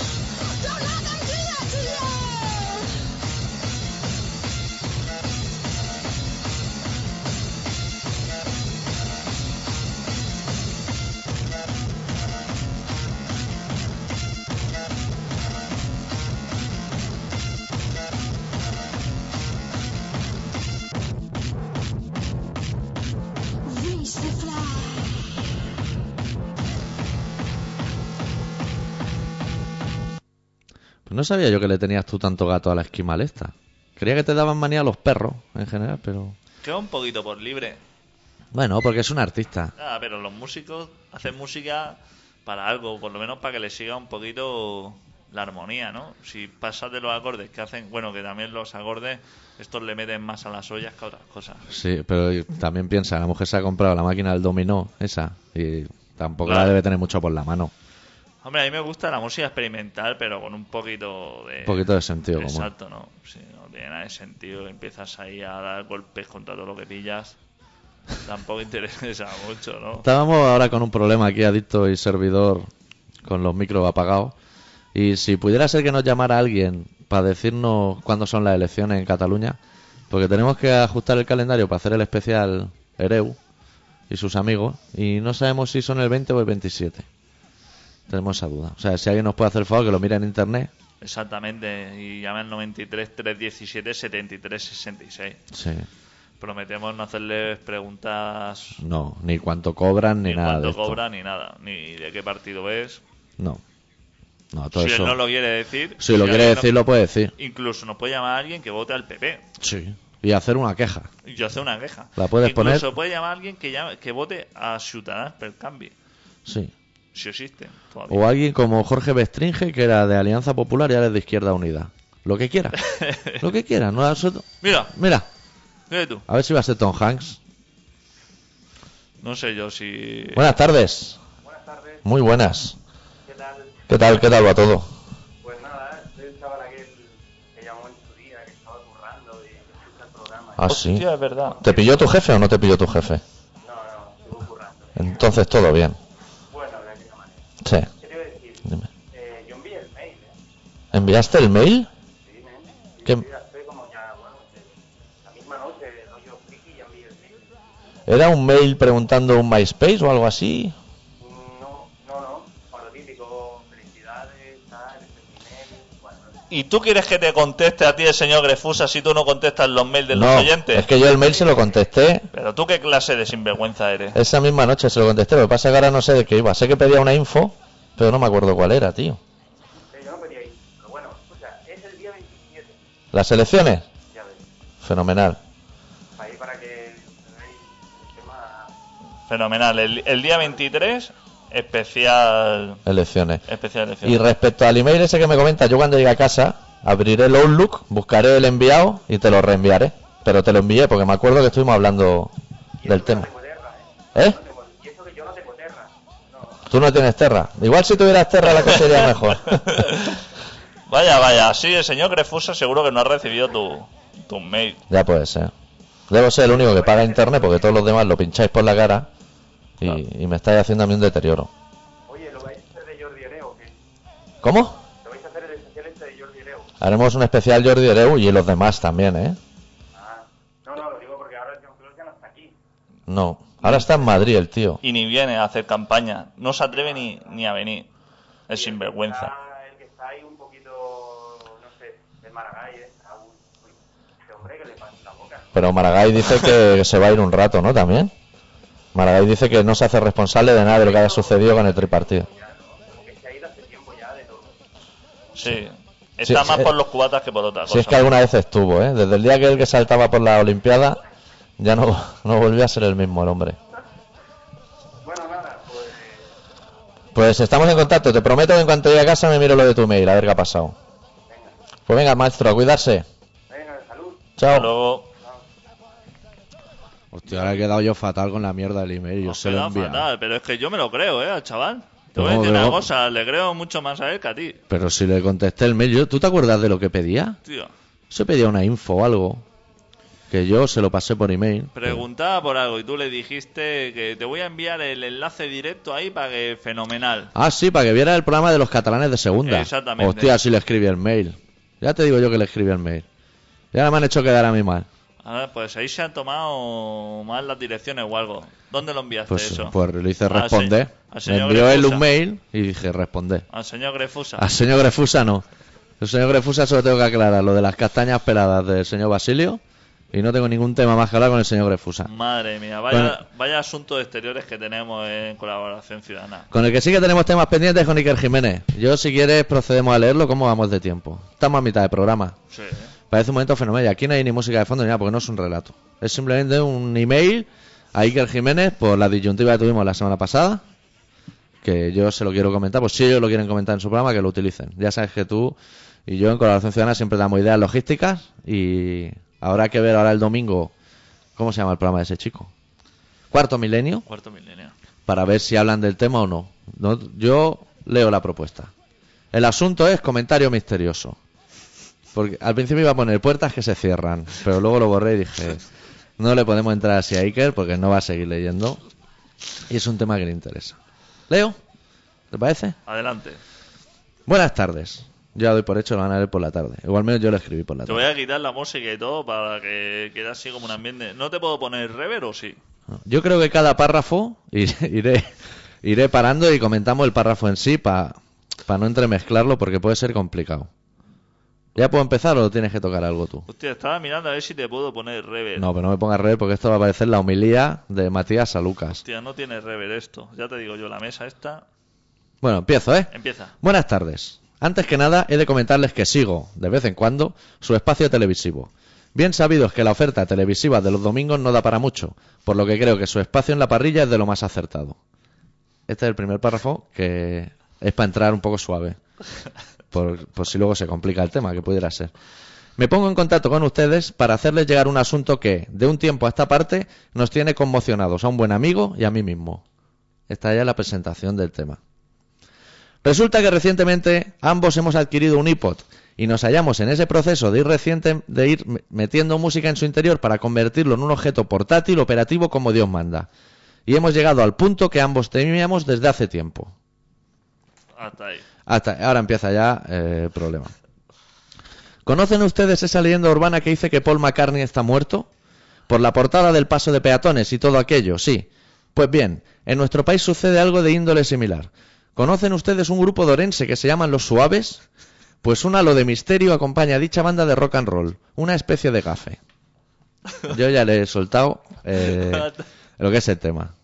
S4: Don't let them do that to you. Raise the flag.
S1: Pues no sabía yo que le tenías tú tanto gato a la esquimal esta. Creía que te daban manía a los perros en general, pero.
S2: Queda un poquito por libre.
S1: Bueno, porque es un artista.
S2: Ah, pero los músicos hacen música para algo, por lo menos para que les siga un poquito la armonía, ¿no? Si pasas de los acordes que hacen, bueno, que también los acordes, estos le meten más a las ollas que a otras cosas.
S1: Sí, pero también piensa, la mujer se ha comprado la máquina del dominó, esa, y tampoco la
S2: Claro.
S1: debe tener mucho por la mano.
S2: Hombre, a mí me gusta la música experimental, pero con un poquito de...
S1: Un poquito de sentido común.
S2: Exacto, no. Sí, no tiene nada de sentido. Empiezas ahí a dar golpes contra todo lo que pillas. Tampoco interesa mucho, ¿no?
S1: Estábamos ahora con un problema aquí, adicto y servidor, con los micros apagados. Y si pudiera ser que nos llamara alguien para decirnos cuándo son las elecciones en Cataluña, porque tenemos que ajustar el calendario para hacer el especial Ereu y sus amigos, y no sabemos si son el 20 o el 27. Tenemos esa duda. O sea, si alguien nos puede hacer el favor, que lo mire en internet.
S2: Exactamente. Y llama al 93 317 73 66.
S1: Sí.
S2: Prometemos no hacerles preguntas
S1: No, ni cuánto cobran, ni,
S2: ni
S1: nada. de
S2: cuánto
S1: esto.
S2: cobra, ni nada. Ni de qué partido es.
S1: No. No, todo
S2: si
S1: eso.
S2: él no lo quiere decir.
S1: Si lo quiere
S2: alguien no-
S1: decir, lo puede decir.
S2: Incluso nos puede llamar alguien que vote al PP.
S1: Sí. Y hacer una queja.
S2: Y hacer una queja.
S1: La puedes
S2: Incluso
S1: poner-
S2: puede llamar alguien que, llame- que vote a Ciudadanos per Cambio.
S1: Sí.
S2: Si existe. Todavía.
S1: O alguien como Jorge Bestringe, que era de Alianza Popular y ahora es de Izquierda Unida. Lo que quiera. Lo que quiera. No, eso-
S2: Mira,
S1: Mira,
S2: mira tú.
S1: a ver si va a ser Tom Hanks.
S2: No sé yo si.
S1: Buenas tardes.
S3: Buenas tardes,
S1: Muy buenas.
S3: ¿qué tal?
S1: ¿Qué tal? ¿Qué tal va todo?
S3: Pues nada, soy el chaval aquel que llamó en su día, que estaba currando y escucha el programa.
S1: Ah, sí.
S2: Hostia, es verdad.
S1: ¿Te pilló tu jefe o no te pilló tu jefe?
S3: No, no, estuvo currando.
S1: Entonces todo bien.
S3: Bueno, de aquella manera.
S1: Sí.
S3: ¿Qué te iba a decir?
S1: Dime.
S3: Eh, yo envié el mail, ¿eh?
S1: ¿Enviaste el mail?
S3: Sí, ¿eh?
S1: ¿Qué?
S3: Sí, hace como ya, bueno, que la misma noche, rollo friki, ya envié el mail.
S1: ¿Era un mail preguntando un MySpace o algo así?
S3: No, no, no, por lo típico, felicidades, tal, este es mi mail, bueno,
S2: ¿Y tú quieres que te conteste a ti el señor Grefusa si tú no contestas los mails de los
S1: no,
S2: oyentes?
S1: es que yo el mail se lo contesté
S2: Pero tú qué clase de sinvergüenza eres.
S1: Esa misma noche se lo contesté, lo que pasa es que ahora no sé de qué iba. Sé que pedía una info, pero no me acuerdo cuál era, tío.
S3: sí, yo no pedí ahí, pero bueno, escucha, es el día 27,
S1: ¿Las elecciones?
S3: ya ves,
S1: Fenomenal.
S3: ahí para que veáis el tema...
S2: Fenomenal. El, el día 23, especial.
S1: Elecciones.
S2: Especial elección.
S1: Y respecto al email ese que me comenta, yo cuando llegue a casa abriré el Outlook, buscaré el enviado y te lo reenviaré. Pero te lo envié porque me acuerdo que estuvimos hablando
S3: Y
S1: del
S3: eso que
S1: tema.
S3: no tengo terra, ¿eh?
S1: ¿Eh?
S3: No tengo- Y eso que yo no tengo terra, no,
S1: Tú no tienes Terra. Igual si tuvieras Terra la cosa sería mejor.
S2: vaya, vaya. Sí, el señor Grefusa seguro que no ha recibido tu, tu mail.
S1: ya puede ser. Debo ser el único que paga internet porque todos los demás lo pincháis por la cara y,
S2: Claro.
S1: y me estáis haciendo a mí un deterioro.
S3: oye, ¿lo vais a hacer de Jordi Ereo o qué?
S1: ¿Cómo?
S3: ¿Lo vais a hacer el especial este de Jordi Ereo?
S1: Haremos un especial Jordi Ereu y los demás también, ¿eh?
S3: Ah, no, no, lo digo porque ahora el John Cruz ya no está aquí.
S1: No. Ahora está en Madrid el tío.
S2: Y ni viene a hacer campaña. No se atreve ni, ni a venir. Es
S3: Y el que
S2: sinvergüenza.
S3: está- El que está ahí un poquito, no sé, de Maragall, ¿eh? Está un- uy, Este hombre que le pasa la boca.
S1: Pero Maragall dice que se va a ir un rato, ¿no? También. Maragall dice que no se hace responsable de nada de lo que haya sucedido con el tripartido.
S3: Como que se ha ido hace tiempo ya de todo.
S2: Sí. Está
S1: Sí,
S2: más
S1: eh,
S2: por los cubatas que por otra cosa.
S1: Si es que alguna vez estuvo, ¿eh? Desde el día que él que saltaba por la Olimpiada, ya no, no volvió a ser el mismo el hombre.
S3: Bueno, nada, pues
S1: Pues estamos en contacto. Te prometo que en cuanto llegue a casa me miro lo de tu mail, a ver qué ha pasado. Pues venga, maestro, a cuidarse.
S3: Venga, salud.
S2: Hasta
S1: Chao.
S2: luego.
S1: Hostia, ahora he quedado yo fatal con la mierda del email. Yo
S2: Os
S1: se lo he
S2: queda
S1: enviado.
S2: fatal, pero es que yo me lo creo, ¿eh? Al chaval. Te voy a
S1: No,
S2: decir una
S1: pero-
S2: cosa, le creo mucho más a él que a ti,
S1: Pero si le contesté el mail, yo- ¿tú te acuerdas de lo que pedía?
S2: tío.
S1: Se pedía una info o algo. Que yo se lo pasé por email.
S2: Preguntaba por algo y tú le dijiste que te voy a enviar el enlace directo ahí para que fenomenal.
S1: Ah, sí, para que viera el programa de los catalanes de segunda.
S2: Exactamente.
S1: Hostia, sí le escribí el mail. Ya te digo yo que le escribí el mail. Ya me han hecho quedar a mí mal.
S2: Ahora, pues ahí se han tomado mal las direcciones o algo. ¿Dónde lo enviaste
S1: Pues,
S2: eso?
S1: pues le hice
S2: Al se-
S1: responder.
S2: al
S1: Me
S2: señor
S1: envió él
S2: Grefusa.
S1: un mail Ah, y dije responder.
S2: Al señor Grefusa.
S1: Al señor Grefusa no. El señor Grefusa solo tengo que aclarar lo de las castañas peladas del señor Basilio. Y no tengo ningún tema más que hablar con el señor Grefusa.
S2: Madre mía, vaya,
S1: Bueno.
S2: vaya asuntos exteriores que tenemos en colaboración ciudadana.
S1: Con el que sí que tenemos temas pendientes es con Iker Jiménez. Yo, si quieres, procedemos a leerlo. ¿Cómo vamos de tiempo? Estamos a mitad de programa.
S2: Sí.
S1: Parece un momento fenomenal. Y Aquí no hay ni música de fondo ni nada, porque no es un relato. Es simplemente un email a Iker Jiménez por la disyuntiva que tuvimos la semana pasada. Que yo se lo quiero comentar. Pues si ellos lo quieren comentar en su programa, que lo utilicen. Ya sabes que tú y yo en Colaboración Ciudadana siempre damos ideas logísticas. Y habrá que ver ahora el domingo. ¿Cómo se llama el programa de ese chico? Cuarto Milenio
S2: Cuarto milenio.
S1: para ver si hablan del tema o no. No- Yo leo la propuesta. El asunto es comentario misterioso. Porque al principio iba a poner puertas que se cierran, pero luego lo borré y dije, no le podemos entrar así a Iker porque no va a seguir leyendo. Y es un tema que le interesa. Leo, ¿te parece?
S2: Adelante.
S1: Buenas tardes. Ya doy por hecho, lo van a leer por la tarde. Igual menos yo lo escribí por la
S2: Te voy
S1: tarde.
S2: a quitar la música y todo para que quede así como un ambiente. ¿No te puedo poner rever o sí?
S1: Yo creo que cada párrafo iré, iré, iré parando y comentamos el párrafo en sí para no entremezclarlo porque puede ser complicado. ¿Ya puedo empezar o tienes que tocar algo tú?
S2: Hostia, estaba mirando a ver si te puedo poner rever.
S1: No, pero no me pongas rever porque esto va a parecer la homilía de Matías a Lucas.
S2: Hostia, no tiene rever esto. Ya te digo yo, la mesa esta.
S1: Bueno, empiezo, ¿eh?
S2: Empieza.
S1: Buenas tardes. Antes que nada, he de comentarles que sigo, de vez en cuando, su espacio televisivo. Bien sabido es que la oferta televisiva de los domingos no da para mucho, por lo que creo que su espacio en la parrilla es de lo más acertado. Este es el primer párrafo que es para entrar un poco suave, por, por si luego se complica el tema, que pudiera ser. Me pongo en contacto con ustedes para hacerles llegar un asunto que, de un tiempo a esta parte, nos tiene conmocionados a un buen amigo y a mí mismo. Esta ya es la presentación del tema. Resulta que recientemente ambos hemos adquirido un iPod y nos hallamos en ese proceso de ir, reciente- de ir me- metiendo música en su interior para convertirlo en un objeto portátil operativo como Dios manda. Y hemos llegado al punto que ambos temíamos desde hace tiempo.
S2: Hasta ahí.
S1: Hasta ahora empieza ya eh, el problema. ¿Conocen ustedes esa leyenda urbana que dice que Paul McCartney está muerto? Por la portada del paso de peatones y todo aquello, sí. Pues bien, en nuestro país sucede algo de índole similar. ¿Conocen ustedes un grupo de Orense que se llaman Los Suaves? Pues un halo de misterio acompaña a dicha banda de rock and roll, una especie de gafe. Yo ya le he soltado eh, lo que es el tema.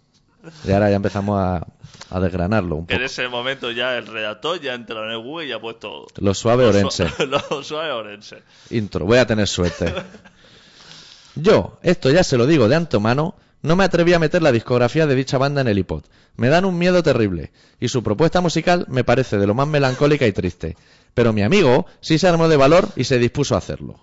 S1: Y ahora ya empezamos a, a desgranarlo un
S2: Que
S1: poco.
S2: en ese momento ya el redactor ya ha entrado en el Google y ha puesto.
S1: Los Suaves Orense.
S2: Los suave Orense.
S1: Intro, voy a tener suerte. Yo, esto ya se lo digo de antemano, no me atreví a meter la discografía de dicha banda en el iPod. Me dan un miedo terrible, y su propuesta musical me parece de lo más melancólica y triste. Pero mi amigo sí se armó de valor y se dispuso a hacerlo.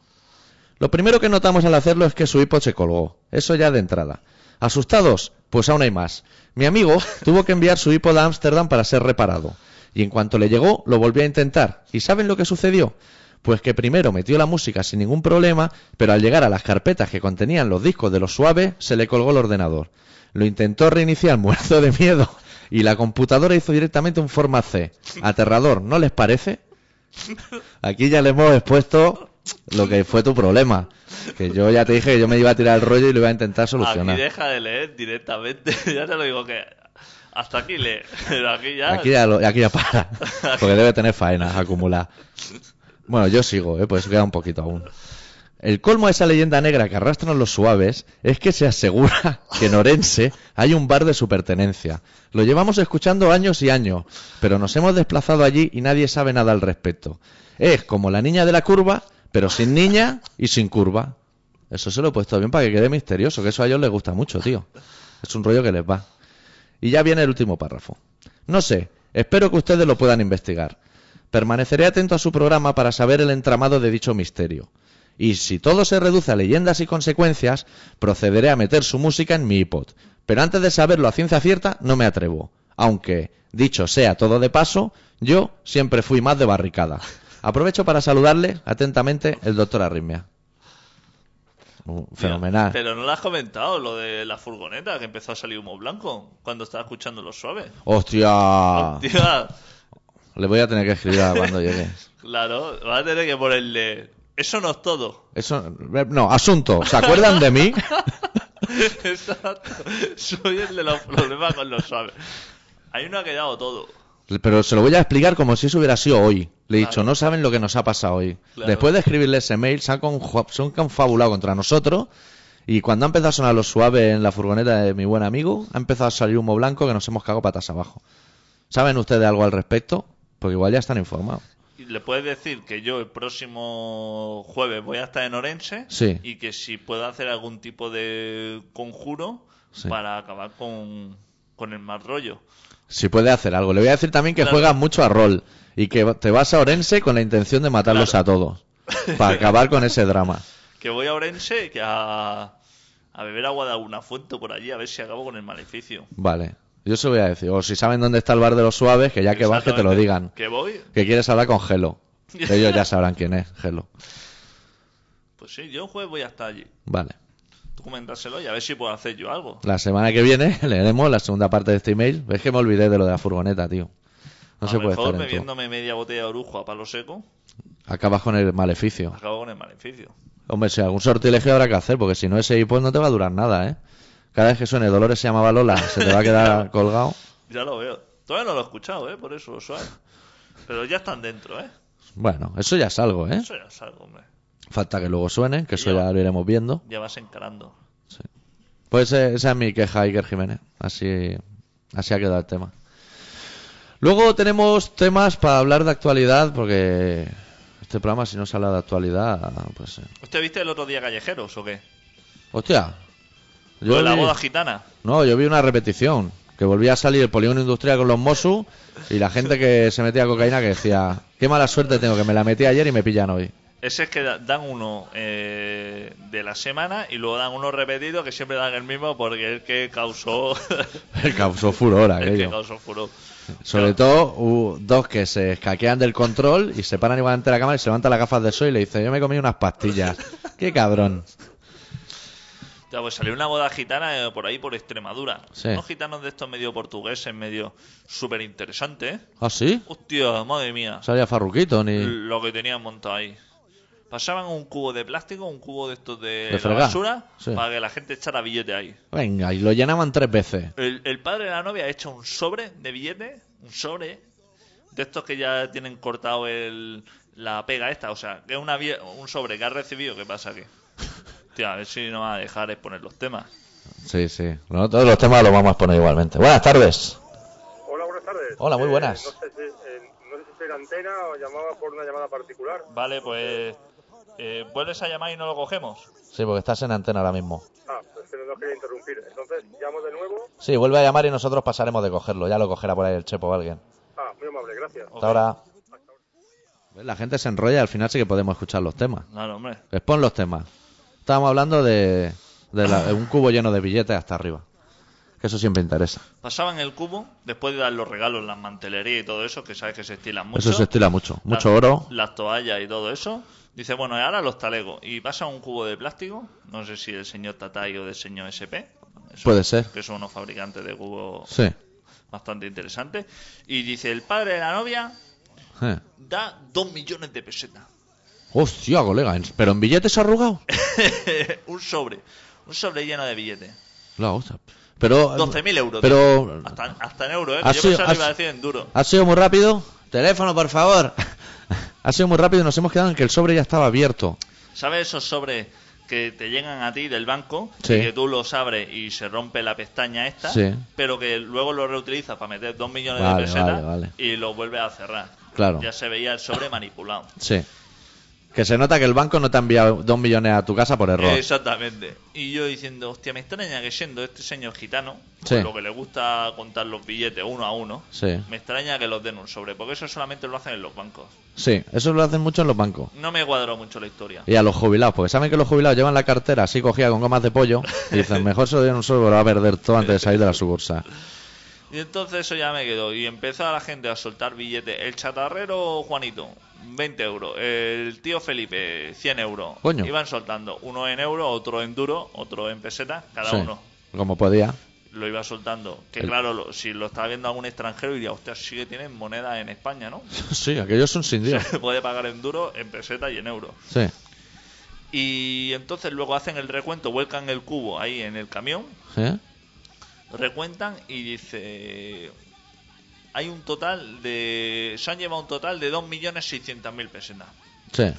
S1: Lo primero que notamos al hacerlo es que su iPod se colgó. Eso ya de entrada. ¿Asustados? Pues aún hay más. Mi amigo tuvo que enviar su iPod a Ámsterdam para ser reparado. Y en cuanto le llegó, lo volvió a intentar. ¿Y saben lo que sucedió? Pues que primero metió la música sin ningún problema, pero al llegar a las carpetas que contenían los discos de los suaves, se le colgó el ordenador. Lo intentó reiniciar muerto de miedo y la computadora hizo directamente un format C. Aterrador, ¿no les parece? Aquí ya le hemos expuesto lo que fue tu problema. Que yo ya te dije que yo me iba a tirar el rollo y lo iba a intentar solucionar.
S2: Aquí deja de leer directamente. ya te lo digo que. Hasta aquí lee. Pero aquí ya.
S1: Aquí ya, lo- aquí ya para. Porque debe tener faenas acumuladas. Bueno, yo sigo, ¿eh? pues queda un poquito aún. El colmo de esa leyenda negra que arrastran los suaves es que se asegura que en Orense hay un bar de su pertenencia. Lo llevamos escuchando años y años, pero nos hemos desplazado allí y nadie sabe nada al respecto. Es como la niña de la curva, pero sin niña y sin curva. Eso se lo he puesto bien para que quede misterioso, que eso a ellos les gusta mucho, tío. Es un rollo que les va. Y ya viene el último párrafo. No sé, espero que ustedes lo puedan investigar. Permaneceré atento a su programa para saber el entramado de dicho misterio. Y si todo se reduce a leyendas y consecuencias, procederé a meter su música en mi iPod. Pero antes de saberlo a ciencia cierta, no me atrevo. Aunque, dicho sea todo de paso, yo siempre fui más de barricada. Aprovecho para saludarle atentamente el doctor Arritmia. Uh, fenomenal.
S2: Pero no lo has comentado, lo de la furgoneta, que empezó a salir humo blanco cuando estaba escuchando los suaves.
S1: ¡Hostia!
S2: Hostia,
S1: Le voy a tener que escribir a cuando llegue.
S2: claro, vas a tener que ponerle. Eso no es todo.
S1: Eso, eh, no, asunto. ¿Se acuerdan de mí?
S2: Exacto. Soy el de los problemas con los suaves. Ahí no ha quedado todo.
S1: Pero se lo voy a explicar como si eso hubiera sido hoy. Le he dicho,
S2: Claro.
S1: no saben lo que nos ha pasado hoy.
S2: Claro.
S1: Después de escribirle ese mail, se han, conju- se han confabulado contra nosotros. Y cuando ha empezado a sonar los suaves en la furgoneta de mi buen amigo, ha empezado a salir humo blanco que nos hemos cagado patas abajo. ¿Saben ustedes algo al respecto? Porque igual ya están informados.
S2: Y le puedes decir que yo el próximo jueves voy a estar en Orense
S1: Sí.
S2: y que si puedo hacer algún tipo de conjuro
S1: Sí.
S2: para acabar con, con el mal rollo.
S1: Si puede hacer algo. Le voy a decir también que
S2: Claro.
S1: juegas mucho a rol y que te vas a Orense con la intención de matarlos
S2: Claro.
S1: a todos. Para acabar con ese drama.
S2: Que voy a Orense y que a, a beber agua de alguna fuente por allí a ver si acabo con el maleficio.
S1: Vale. Yo se lo voy a decir. O si saben dónde está el bar de los suaves, que ya que vas, que te lo
S2: Exactamente.
S1: digan.
S2: ¿Que voy?
S1: Que quieres hablar con Gelo. Ellos ya sabrán quién es Gelo.
S2: Pues sí, yo el jueves voy a estar allí.
S1: Vale.
S2: Tú comentárselo y a ver si puedo hacer yo algo.
S1: La semana que viene leeremos la segunda parte de este email. Ves que me olvidé de lo de la furgoneta, tío. No
S2: a
S1: se
S2: lo
S1: puede estar
S2: mejor
S1: en todo.
S2: bebiéndome media botella de orujo a palo seco,
S1: Acabas con el maleficio.
S2: acabo con el maleficio.
S1: Hombre, si algún sortilegio habrá que hacer, porque si no ese iPod no te va a durar nada, ¿eh? Cada vez que suene Dolores se llamaba Lola, se te va a quedar colgado.
S2: Ya lo veo. Todavía no lo he escuchado, ¿eh? Por eso, suave. Pero ya están dentro, ¿eh?
S1: Bueno, eso ya es algo, ¿eh?
S2: Eso ya es algo, hombre.
S1: Falta que luego suene, que eso
S2: Ya.
S1: ya lo iremos viendo.
S2: Ya vas encarando.
S1: Pues eh, esa es mi queja, Iker Jiménez. Así, así ha quedado el tema. Luego tenemos temas para hablar de actualidad, porque este programa, si no se habla de actualidad, pues. eh.
S2: ¿Usted viste el otro día Callejeros o qué?
S1: ¡Hostia!
S2: Lo de la
S1: vi-
S2: boda gitana.
S1: No, yo vi una repetición. Que volvía a salir el polígono industrial con los Mosu y la gente que se metía cocaína que decía: Qué mala suerte tengo, que me la metí ayer y me pillan hoy.
S2: Ese es que da- dan uno eh, de la semana y luego dan uno repetido que siempre dan el mismo porque es el que causó.
S1: Causó furor
S2: el que
S1: aquello.
S2: causó furor.
S1: Sobre todo hubo dos que se escaquean del control y se paran igual ante la cámara y se levanta las gafas de sol y le dice, yo me comí unas pastillas. ¡Qué cabrón!
S2: Ya, pues salió una boda gitana eh, por ahí, por Extremadura.
S1: Sí.
S2: Unos gitanos de estos medio portugueses, medio súper interesante, ¿eh?
S1: ¿Ah, sí?
S2: Hostia, madre mía.
S1: No Sabía Farruquito ni...
S2: lo que tenían montado ahí. Pasaban un cubo de plástico, un cubo de estos de,
S1: De
S2: la
S1: fregar,
S2: basura,
S1: sí.
S2: para que la gente echara billete ahí.
S1: Venga, y lo llenaban tres veces.
S2: El, el padre de la novia ha hecho un sobre de billetes, un sobre, de estos que ya tienen cortado el, la pega esta, o sea, que es una, vie- un sobre que ha recibido, ¿qué pasa aquí? Tía, a ver si no va a dejar exponer los temas.
S1: Sí, sí. No, todos los temas los vamos a exponer igualmente. Buenas tardes.
S6: Hola, buenas tardes.
S1: Hola, muy
S6: Eh,
S1: buenas.
S6: no, sé si, eh, no sé si soy la antena o llamaba por una llamada particular.
S2: Vale, pues eh, vuelves a llamar y no lo cogemos.
S1: Sí, porque estás en antena ahora mismo.
S6: Ah, pues que no quería interrumpir. Entonces, llamo de nuevo.
S1: Sí, vuelve a llamar y nosotros pasaremos de cogerlo. Ya lo cogerá por ahí el chepo o alguien.
S6: Ah, muy amable, gracias.
S1: Hasta ahora. ¿Ves? La gente se enrolla y al final sí que podemos escuchar los temas.
S2: No, no, hombre.
S1: Expon Pues los temas. Estábamos hablando de, de la- de un cubo lleno de billetes hasta arriba. Que eso siempre interesa.
S2: Pasaban el cubo, después de dar los regalos, las mantelerías y todo eso, que sabes que se estilan mucho.
S1: Eso se estila mucho.
S2: Las-
S1: Mucho oro.
S2: Las toallas y todo eso. Dice, bueno, y ahora los talegos. Y pasa un cubo de plástico, no sé si del señor Tatay o del señor SP. Eso-
S1: Puede ser.
S2: Que son unos fabricantes de cubos
S1: Sí.
S2: bastante interesantes. Y dice, el padre de la novia
S1: Eh.
S2: da dos millones de pesetas.
S1: Hostia, colega. ¿en- ¿Pero en billetes arrugados?
S2: un sobre. Un sobre lleno de billetes.
S1: La hostia. Pero...
S2: 12.000 euros.
S1: Pero...
S2: Hasta, hasta en euros, ¿eh?
S1: Ha
S2: Yo
S1: sido-
S2: pensaba que
S1: ha
S2: iba a
S1: si-
S2: decir en duro.
S1: Ha sido muy rápido. Teléfono, por favor. ha sido muy rápido y nos hemos quedado en que el sobre ya estaba abierto.
S2: ¿Sabes esos sobres que te llegan a ti del banco
S1: Sí.
S2: y que tú los abres y se rompe la pestaña esta,
S1: Sí.
S2: pero que luego lo reutilizas para meter dos millones
S1: Vale,
S2: de pesetas
S1: vale, vale.
S2: y lo vuelves a cerrar?
S1: Claro.
S2: Ya se veía el sobre manipulado.
S1: Sí. Que se nota que el banco no te ha enviado dos millones a tu casa por error.
S2: Exactamente. Y yo diciendo, hostia, me extraña que siendo este señor gitano,
S1: Sí.
S2: con lo que le gusta contar los billetes uno a uno,
S1: Sí.
S2: me extraña que los den un sobre, porque eso solamente lo hacen en los bancos.
S1: Sí, eso lo hacen mucho en los bancos.
S2: No me cuadró mucho la historia.
S1: Y a los jubilados, porque saben que los jubilados llevan la cartera así cogida con gomas de pollo y dicen, mejor se lo den un solo, lo va a perder todo antes de salir de la subursa.
S2: Y entonces eso ya me quedó. Y empieza la gente a soltar billetes. El chatarrero Juanito, 20 euros. El tío Felipe, 100 euros.
S1: Coño.
S2: Iban soltando. Uno en euro, otro en duro, otro en pesetas, cada
S1: Sí,
S2: uno.
S1: Como podía.
S2: Lo iba soltando. Que
S1: El-
S2: claro, lo- si lo estaba viendo algún extranjero, diría, hostia, sí que tienen moneda en España, ¿no?
S1: Sí, aquello es un sin Dios.
S2: Se puede pagar en duro, en peseta y en euro.
S1: Sí,
S2: Y entonces luego hacen el recuento, vuelcan el cubo ahí en el camión,
S1: ¿Eh?
S2: recuentan y dice hay un total de se han llevado un total de 2.600.000 pesetas
S1: sí,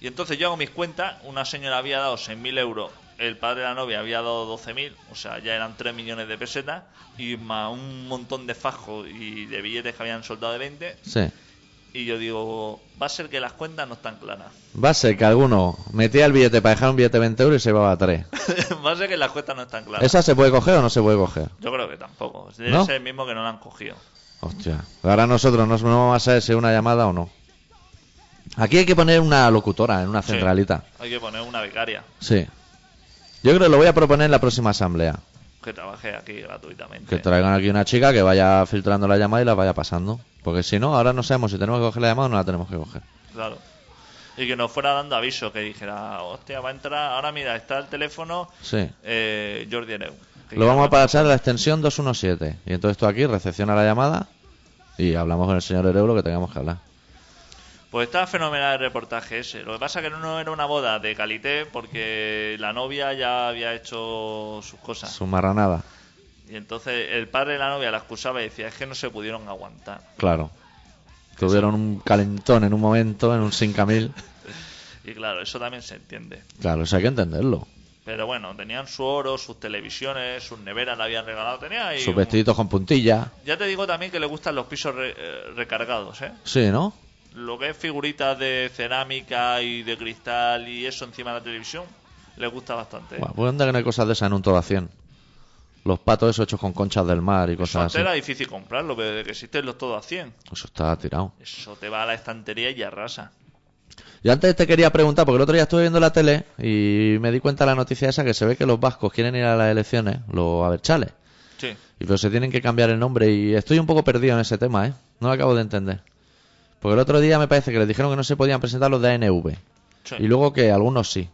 S2: y entonces yo hago mis cuentas una señora había dado 6.000 euros el padre de la novia había dado 12.000 o sea ya eran 3 millones de pesetas y más un montón de fajos y de billetes que habían soltado de 20
S1: sí.
S2: y yo digo va a ser que las cuentas no están claras
S1: Va a ser que alguno metía el billete para dejar un billete de 20 euros y se llevaba tres.
S2: va a ser que las cuentas no están claras
S1: ¿Esa se puede coger o no se puede coger?
S2: yo creo que tampoco debe
S1: ¿No?
S2: ser el mismo que no la han cogido
S1: Hostia. Ahora nosotros no, no vamos a saber si es una llamada o no. Aquí hay que poner una locutora en una
S2: Sí.
S1: centralita.
S2: hay que poner una becaria
S1: Sí. Yo creo que lo voy a proponer en la próxima asamblea.
S2: que trabaje aquí gratuitamente
S1: Que traigan aquí una chica que vaya filtrando la llamada y la vaya pasando. Porque si no, ahora no sabemos si tenemos que coger la llamada o no la tenemos que coger.
S2: Claro. Y que nos fuera dando aviso, que dijera, hostia, va a entrar, ahora mira, está el teléfono
S1: Sí.
S2: eh, Jordi Areu. Que
S1: Lo vamos a
S2: llama-
S1: pasar a la extensión 217. Y entonces tú aquí recepciona la llamada y hablamos con el señor Ereu lo que tengamos que hablar.
S2: Pues está fenomenal el reportaje ese. Lo que pasa que no era una boda de calité porque la novia ya había hecho sus cosas.
S1: Su marranada.
S2: Y entonces el padre de la novia la excusaba y decía, es que no se pudieron aguantar.
S1: Claro. Tuvieron un calentón en un momento, en un 5000.
S2: Y claro, eso también se entiende.
S1: Claro, eso hay que entenderlo.
S2: Pero bueno, tenían su oro, sus televisiones, sus neveras le habían regalado. Tenía ahí
S1: Sus
S2: un-
S1: vestiditos con puntilla.
S2: Ya te digo también que le gustan los pisos re- eh, recargados, ¿eh?
S1: Sí, ¿no?
S2: lo que es figuritas de cerámica y de cristal y eso encima de la televisión, les gusta bastante. ¿eh?
S1: Buah, pues anda que no hay cosas de esas en un todo a 100. Los patos esos hechos con conchas del mar y
S2: eso
S1: cosas
S2: antes
S1: así.
S2: era difícil comprarlo, pero desde que existen los todo a 100,
S1: Eso está tirado.
S2: eso te va a la estantería y arrasa.
S1: Yo antes te quería preguntar, porque el otro día estuve viendo la tele y me di cuenta de la noticia esa que se ve que los vascos quieren ir a las elecciones, los aberchales,
S2: Sí.
S1: y pero se tienen que cambiar el nombre y estoy un poco perdido en ese tema, ¿eh? No lo acabo de entender. Porque el otro día me parece que les dijeron que no se podían presentar los de ANV,
S2: sí.
S1: y luego que algunos sí,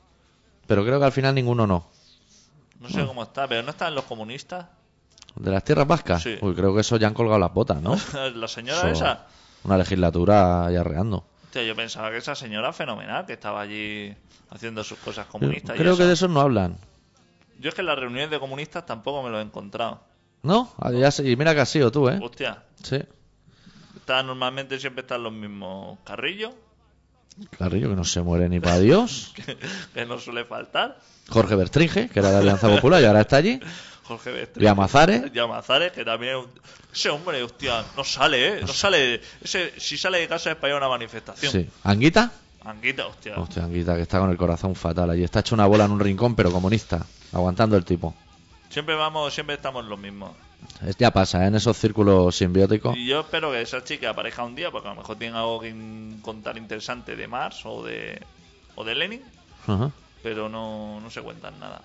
S1: pero creo que al final ninguno no.
S2: No sé cómo está, pero ¿no están los comunistas?
S1: ¿De las tierras vascas?
S2: Sí.
S1: Uy, creo que eso ya han colgado las botas, ¿no?
S2: la señora
S1: Eso-
S2: esa.
S1: Una legislatura y arreando.
S2: Hostia, yo pensaba que esa señora fenomenal que estaba allí haciendo sus cosas comunistas. y
S1: Creo que
S2: eso.
S1: de eso no hablan.
S2: Yo es que en las reuniones de comunistas tampoco me lo he encontrado.
S1: ¿No? Ah, ya sé- y mira que has sido tú, ¿eh?
S2: Hostia,
S1: Sí.
S2: está, normalmente siempre están los mismos carrillos,
S1: Carrillo que no se muere ni para Dios.
S2: que no suele faltar.
S1: Jorge Bertringe, que era de Alianza Popular y ahora está allí.
S2: Jorge Bestre.
S1: Y Amazares.
S2: Y Amazares, que también es un- Ese hombre, hostia, no sale, ¿eh? No sale... Ese, si sale de casa es para ir a una manifestación.
S1: Sí. ¿Anguita?
S2: Anguita, hostia.
S1: Hostia, Anguita, que está con el corazón fatal allí. Está hecho una bola en un rincón, pero comunista. Aguantando el tipo.
S2: Siempre vamos, siempre estamos los mismos.
S1: Es- ya pasa, ¿eh? en esos círculos simbióticos.
S2: Y yo espero que esa chica aparezca un día, porque a lo mejor tiene algo que in- contar interesante de Marx o de, o de Lenin,
S1: Ajá.
S2: pero no, no se cuentan nada.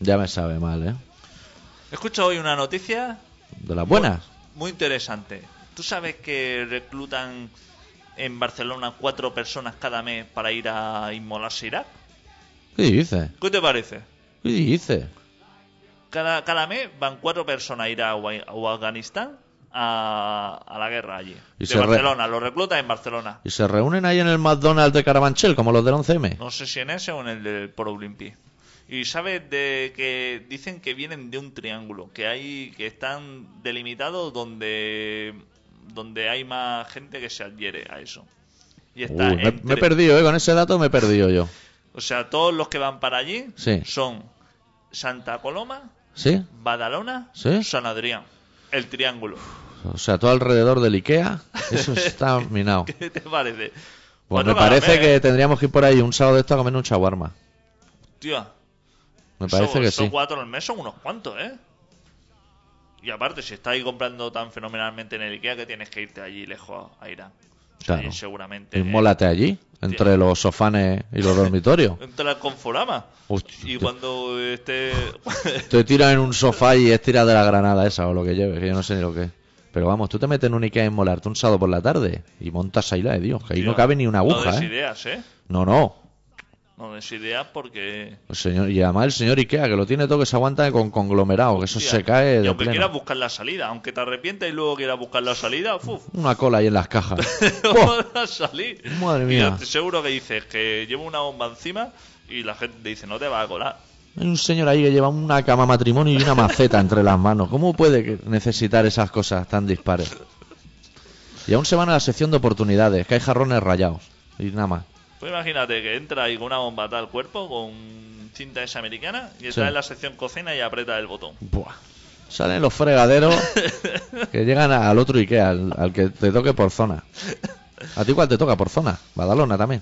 S1: Ya me sabe mal, ¿eh?
S2: He escuchado hoy una noticia
S1: De las buenas.
S2: muy interesante. ¿Tú sabes que reclutan en Barcelona cuatro personas cada mes para ir a inmolarse a Irak?
S1: ¿Qué dices?
S2: ¿Qué te parece?
S1: ¿Qué dices?
S2: Cada, cada mes van cuatro personas a ir a, Ua- a Afganistán a, a la guerra allí.
S1: Y
S2: de
S1: se re-
S2: Barcelona, los reclutan en Barcelona.
S1: Y se reúnen ahí en el McDonald's de Carabanchel, como los del 11M.
S2: No sé si en ese o en el del Pro Olympi. Y sabes de que dicen que vienen de un triángulo, que hay que están delimitados donde donde hay más gente que se adhiere a eso. Y está
S1: Uy, me, me he
S2: entre-
S1: perdido, ¿eh? Con ese dato me he perdido yo.
S2: O sea, todos los que van para allí
S1: Sí.
S2: son Santa Coloma,
S1: ¿Sí?
S2: Badalona,
S1: Sí.
S2: San Adrián, el triángulo.
S1: O sea, todo alrededor del Ikea. Eso está minado.
S2: ¿Qué te parece?
S1: Pues me
S2: Otro
S1: parece
S2: calamé,
S1: que
S2: ¿eh?
S1: tendríamos que ir por ahí un sábado de esto a comer un shawarma.
S2: Tío,
S1: Me parece
S2: eso-
S1: que
S2: esos
S1: sí.
S2: cuatro al mes son unos cuantos, ¿eh? Y aparte, si estáis comprando tan fenomenalmente en el IKEA, que tienes que irte allí lejos a Irán. O sea,
S1: Claro.
S2: y seguramente.
S1: Y mólate allí, entre los sofanes y los dormitorios.
S2: Entra al Conforama.
S1: Hostia.
S2: Y cuando esté.
S1: Te tiras en un sofá y estiras de la granada esa o lo que lleves, que yo no sé ni lo que es. Pero vamos, tú te metes en un Ikea en molarte un sábado por la tarde y montas ahí la de Dios, que ahí no
S2: Tío,
S1: cabe ni una
S2: No
S1: aguja, ¿eh?
S2: desideas, ¿eh?
S1: No, no.
S2: No desideas porque.
S1: El señor, y además el señor Ikea, que lo tiene todo que se aguanta con conglomerado, que eso
S2: Hostia,
S1: se cae
S2: Y
S1: de
S2: aunque
S1: pleno.
S2: quieras buscar la salida, aunque te arrepientas y luego quieras buscar la salida, ¡fuf!
S1: Una cola ahí en las cajas. ¡Buah!
S2: vas a salir.
S1: ¡Oh! Madre
S2: Y
S1: mía.
S2: yo te- seguro que dices que llevo una bomba encima y la gente dice, no te vas a colar.
S1: Hay un señor ahí que lleva una cama matrimonio y una maceta entre las manos. ¿Cómo puede que- necesitar esas cosas tan dispares? Y aún se van a la sección de oportunidades, que hay jarrones rayados. Y nada más.
S2: Pues imagínate que entra ahí con una bomba al cuerpo, con cinta esa americana, y está
S1: Sí.
S2: en la sección cocina y aprieta el botón.
S1: Buah. Salen los fregaderos que llegan a- al otro Ikea, al, al que te toque por zona. ¿A ti cuál te toca por zona? Badalona también.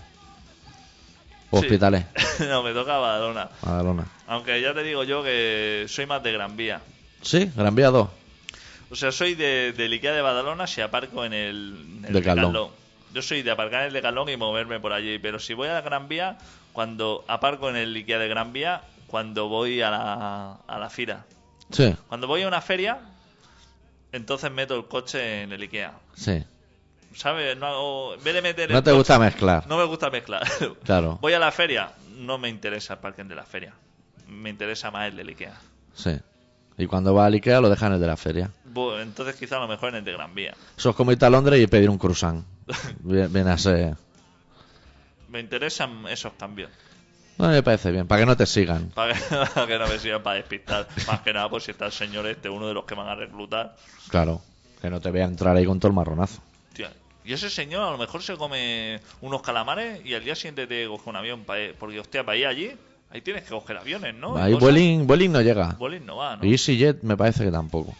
S1: O
S2: Sí.
S1: Hospitales.
S2: no, me toca Badalona.
S1: Badalona.
S2: Aunque ya te digo yo que soy más de Gran Vía.
S1: Sí, Gran Vía 2.
S2: O sea, soy de, del Ikea de Badalona si aparco en el, en el
S1: Decathlon.
S2: Decathlon. Yo soy de aparcar en el Decathlon y moverme por allí, pero si voy a la Gran Vía, cuando aparco en el Ikea de Gran Vía, cuando voy a la, a la fira.
S1: Sí,
S2: Cuando voy a una feria, entonces meto el coche en el Ikea.
S1: sí.
S2: ¿Sabes? No hago- en vez de meter
S1: No
S2: el
S1: te
S2: coche-
S1: gusta mezclar.
S2: No me gusta mezclar.
S1: Claro.
S2: Voy a la feria, no me interesa el parking de la feria. Me interesa más el del Ikea.
S1: Sí. Y cuando va al Ikea lo dejan en el de la feria.
S2: Bu- Entonces quizá a lo mejor en el de Gran Vía.
S1: Eso es como irte a Londres y pedir un croissant. Viene viene a ser...
S2: Me interesan esos cambios.
S1: No me parece bien, para que no te sigan.
S2: Para que, para que no me sigan para despistar. Más que nada, por si está el señor este, uno de los que van a reclutar.
S1: Claro. Que no te vean entrar ahí con todo el marronazo.
S2: Hostia, Y ese señor a lo mejor se come unos calamares y al día siguiente te coge un avión. pa' ir- porque, hostia, para ir allí, ahí tienes que coger aviones, ¿no? Y
S1: ahí
S2: cosas.
S1: Vueling, Vueling no llega.
S2: Vueling no va, ¿no?
S1: Y EasyJet me parece que tampoco.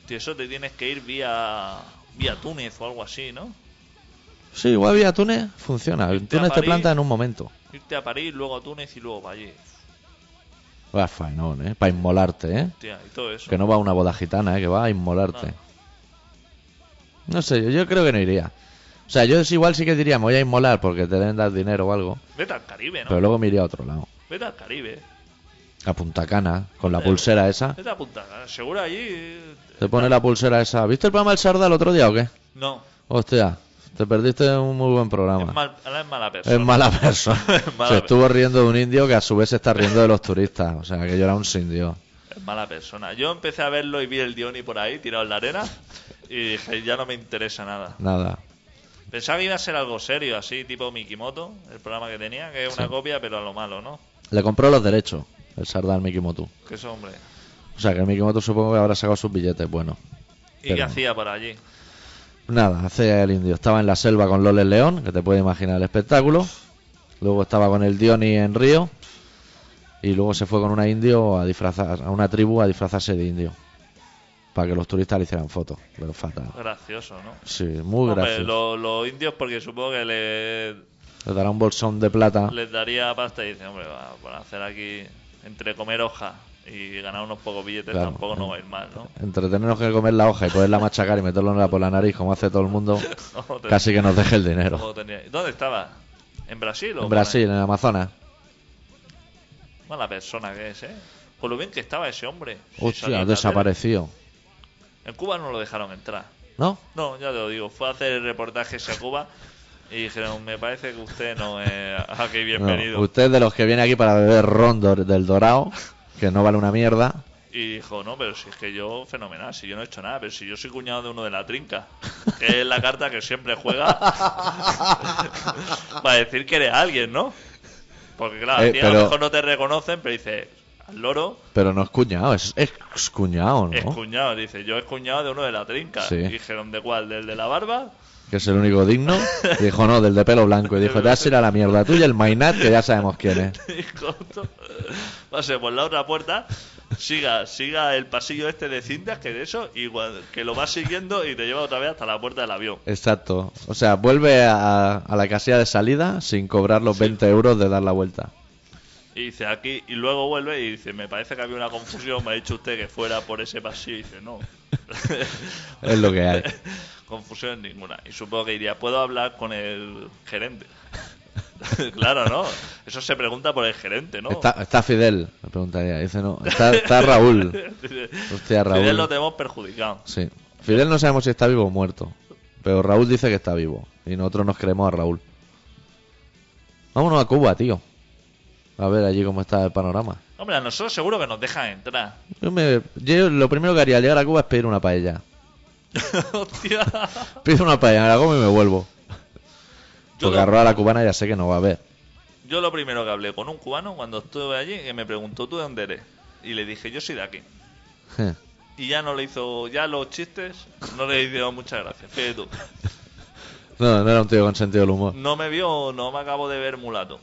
S2: Hostia, eso te tienes que ir vía, vía Túnez o algo así, ¿no?
S1: Sí, igual vía Túnez funciona. En
S2: Irte a
S1: Túnez te
S2: París.
S1: planta en un momento.
S2: Irte a París, luego a Túnez y luego para allí.
S1: Vaya faenón, ¿eh? Para inmolarte, ¿eh?
S2: Hostia, y todo eso.
S1: Que no va a una boda gitana, ¿eh? Que va a inmolarte. No sé, yo- yo creo que no iría. O sea, yo es igual sí que diría, me voy a inmolar porque te deben dar dinero o algo.
S2: Vete al Caribe, ¿no?
S1: Pero luego me iría a otro lado.
S2: Vete al Caribe. eh.
S1: A Punta Cana, con la pulsera esa.
S2: Vete a Punta Cana. Seguro allí... eh,
S1: Te pone la pulsera esa. ¿Viste el programa El Sarda el otro día o qué?
S2: No.
S1: Hostia, te perdiste un muy buen programa.
S2: Es, mal- ahora es mala persona.
S1: Ah, Es mala persona.
S2: Es mala
S1: se
S2: pe-
S1: estuvo riendo de un indio que a su vez se está riendo de los turistas. O sea, que yo era un sin dios.
S2: Es mala persona. Yo empecé a verlo y vi el Dioni por ahí tirado en la arena y dije, ya no me interesa nada.
S1: Nada.
S2: Pensaba que iba a ser algo serio, así tipo Mikimoto, el programa que tenía, que es una
S1: Sí.
S2: copia, pero a lo malo, ¿no?
S1: Le compró los derechos el Sardar Mikimoto.
S2: Que es hombre.
S1: O sea, que el Mikimoto supongo que habrá sacado sus billetes. Bueno,
S2: ¿Y
S1: Pero
S2: qué
S1: no.
S2: hacía por allí?
S1: nada, hace el indio. Estaba en la selva con Loles León, que te puedes imaginar el espectáculo. Luego estaba con el Diony en Río. Y luego se fue con una indio a disfrazar, a una tribu a disfrazarse de indio. Para que los turistas le hicieran fotos. Pero fatal.
S2: Gracioso, ¿no?
S1: Sí, muy
S2: Hombre,
S1: gracioso.
S2: lo- los indios, porque supongo que le-
S1: Le dará un bolsón de plata.
S2: les daría pasta y dicen, hombre, va, por hacer aquí, entre comer hoja y ganar unos pocos billetes,
S1: Claro. eh.
S2: tampoco no va a ir mal, ¿no?
S1: Entretenernos que comer la hoja y poderla machacar y meterlo en la por la nariz, como hace todo el mundo,
S2: Ojo, te-
S1: casi que nos deje el
S2: ojo,
S1: dinero.
S2: tenía- ¿Dónde estaba? ¿En Brasil o
S1: En
S2: por ahí?
S1: Brasil, en el Amazonas.
S2: Mala persona que es, ¿eh? Por lo bien que estaba ese hombre. Sí, salía
S1: Hostia,
S2: en la
S1: desaparecido.
S2: tele. En Cuba no lo dejaron entrar.
S1: ¿No?
S2: No, ya te lo digo. Fue a hacer el reportaje ese a Cuba y dijeron, me parece que usted no es aquí bienvenido.
S1: No, Usted es de los que viene aquí para beber ron dor- del Dorado, que no vale una mierda.
S2: Y dijo, no, pero si es que yo, fenomenal, si yo no he hecho nada, pero si yo soy cuñado de uno de la trinca, que es la carta que siempre juega para decir que eres alguien, ¿no? Porque claro,
S1: Eh,
S2: a ti a lo
S1: pero-
S2: mejor no te reconocen, pero dices, al loro,
S1: Pero no es cuñado, es ex cuñado,
S2: es
S1: ¿no?
S2: cuñado, dice, yo es cuñado de uno de la trinca.
S1: Sí.
S2: Y dijeron, ¿de cuál? ¿Del de la barba?
S1: Que es el único digno. Dijo, no, del de pelo blanco. Y dijo, te has a ir a la mierda tuya, el Mainat, que ya sabemos quién es.
S2: Y corto. Pasé por la otra puerta. siga, siga el pasillo este de cintas que de eso, y gua- que lo vas siguiendo y te lleva otra vez hasta la puerta del avión.
S1: Exacto. O sea, vuelve a, a la casilla de salida sin cobrar los 20 euros de dar la vuelta.
S2: Y dice aquí, y luego vuelve y dice, me parece que había una confusión, me ha dicho usted que fuera por ese pasillo, y dice, no.
S1: Es lo que hay.
S2: Confusión ninguna. Y supongo que diría, ¿puedo hablar con el gerente? claro, ¿no? Eso se pregunta por el gerente, ¿no?
S1: Está, está Fidel, me preguntaría. Dice, no, está, está Raúl. Hostia, Raúl.
S2: Fidel lo tenemos perjudicado.
S1: Sí. Fidel no sabemos si está vivo o muerto. Pero Raúl dice que está vivo. Y nosotros nos creemos a Raúl. Vámonos a Cuba, tío. A ver allí cómo está el panorama.
S2: Hombre, a nosotros seguro que nos dejan entrar.
S1: Yo, me- yo lo primero que haría al llegar a Cuba es pedir una paella.
S2: Hostia.
S1: Pido una paella, me la como y me vuelvo.
S2: Yo
S1: Porque
S2: lo-
S1: arroz a la cubana ya sé que no va a haber.
S2: Yo lo primero que hablé con un cubano cuando estuve allí, que me preguntó, ¿tú de dónde eres? Y le dije, yo soy de aquí. Y ya no le hizo, ya los chistes, no le hicieron muchas gracias. Fíjate tú.
S1: No, no era un tío con sentido del humor.
S2: No me vio, no me acabo de ver mulato.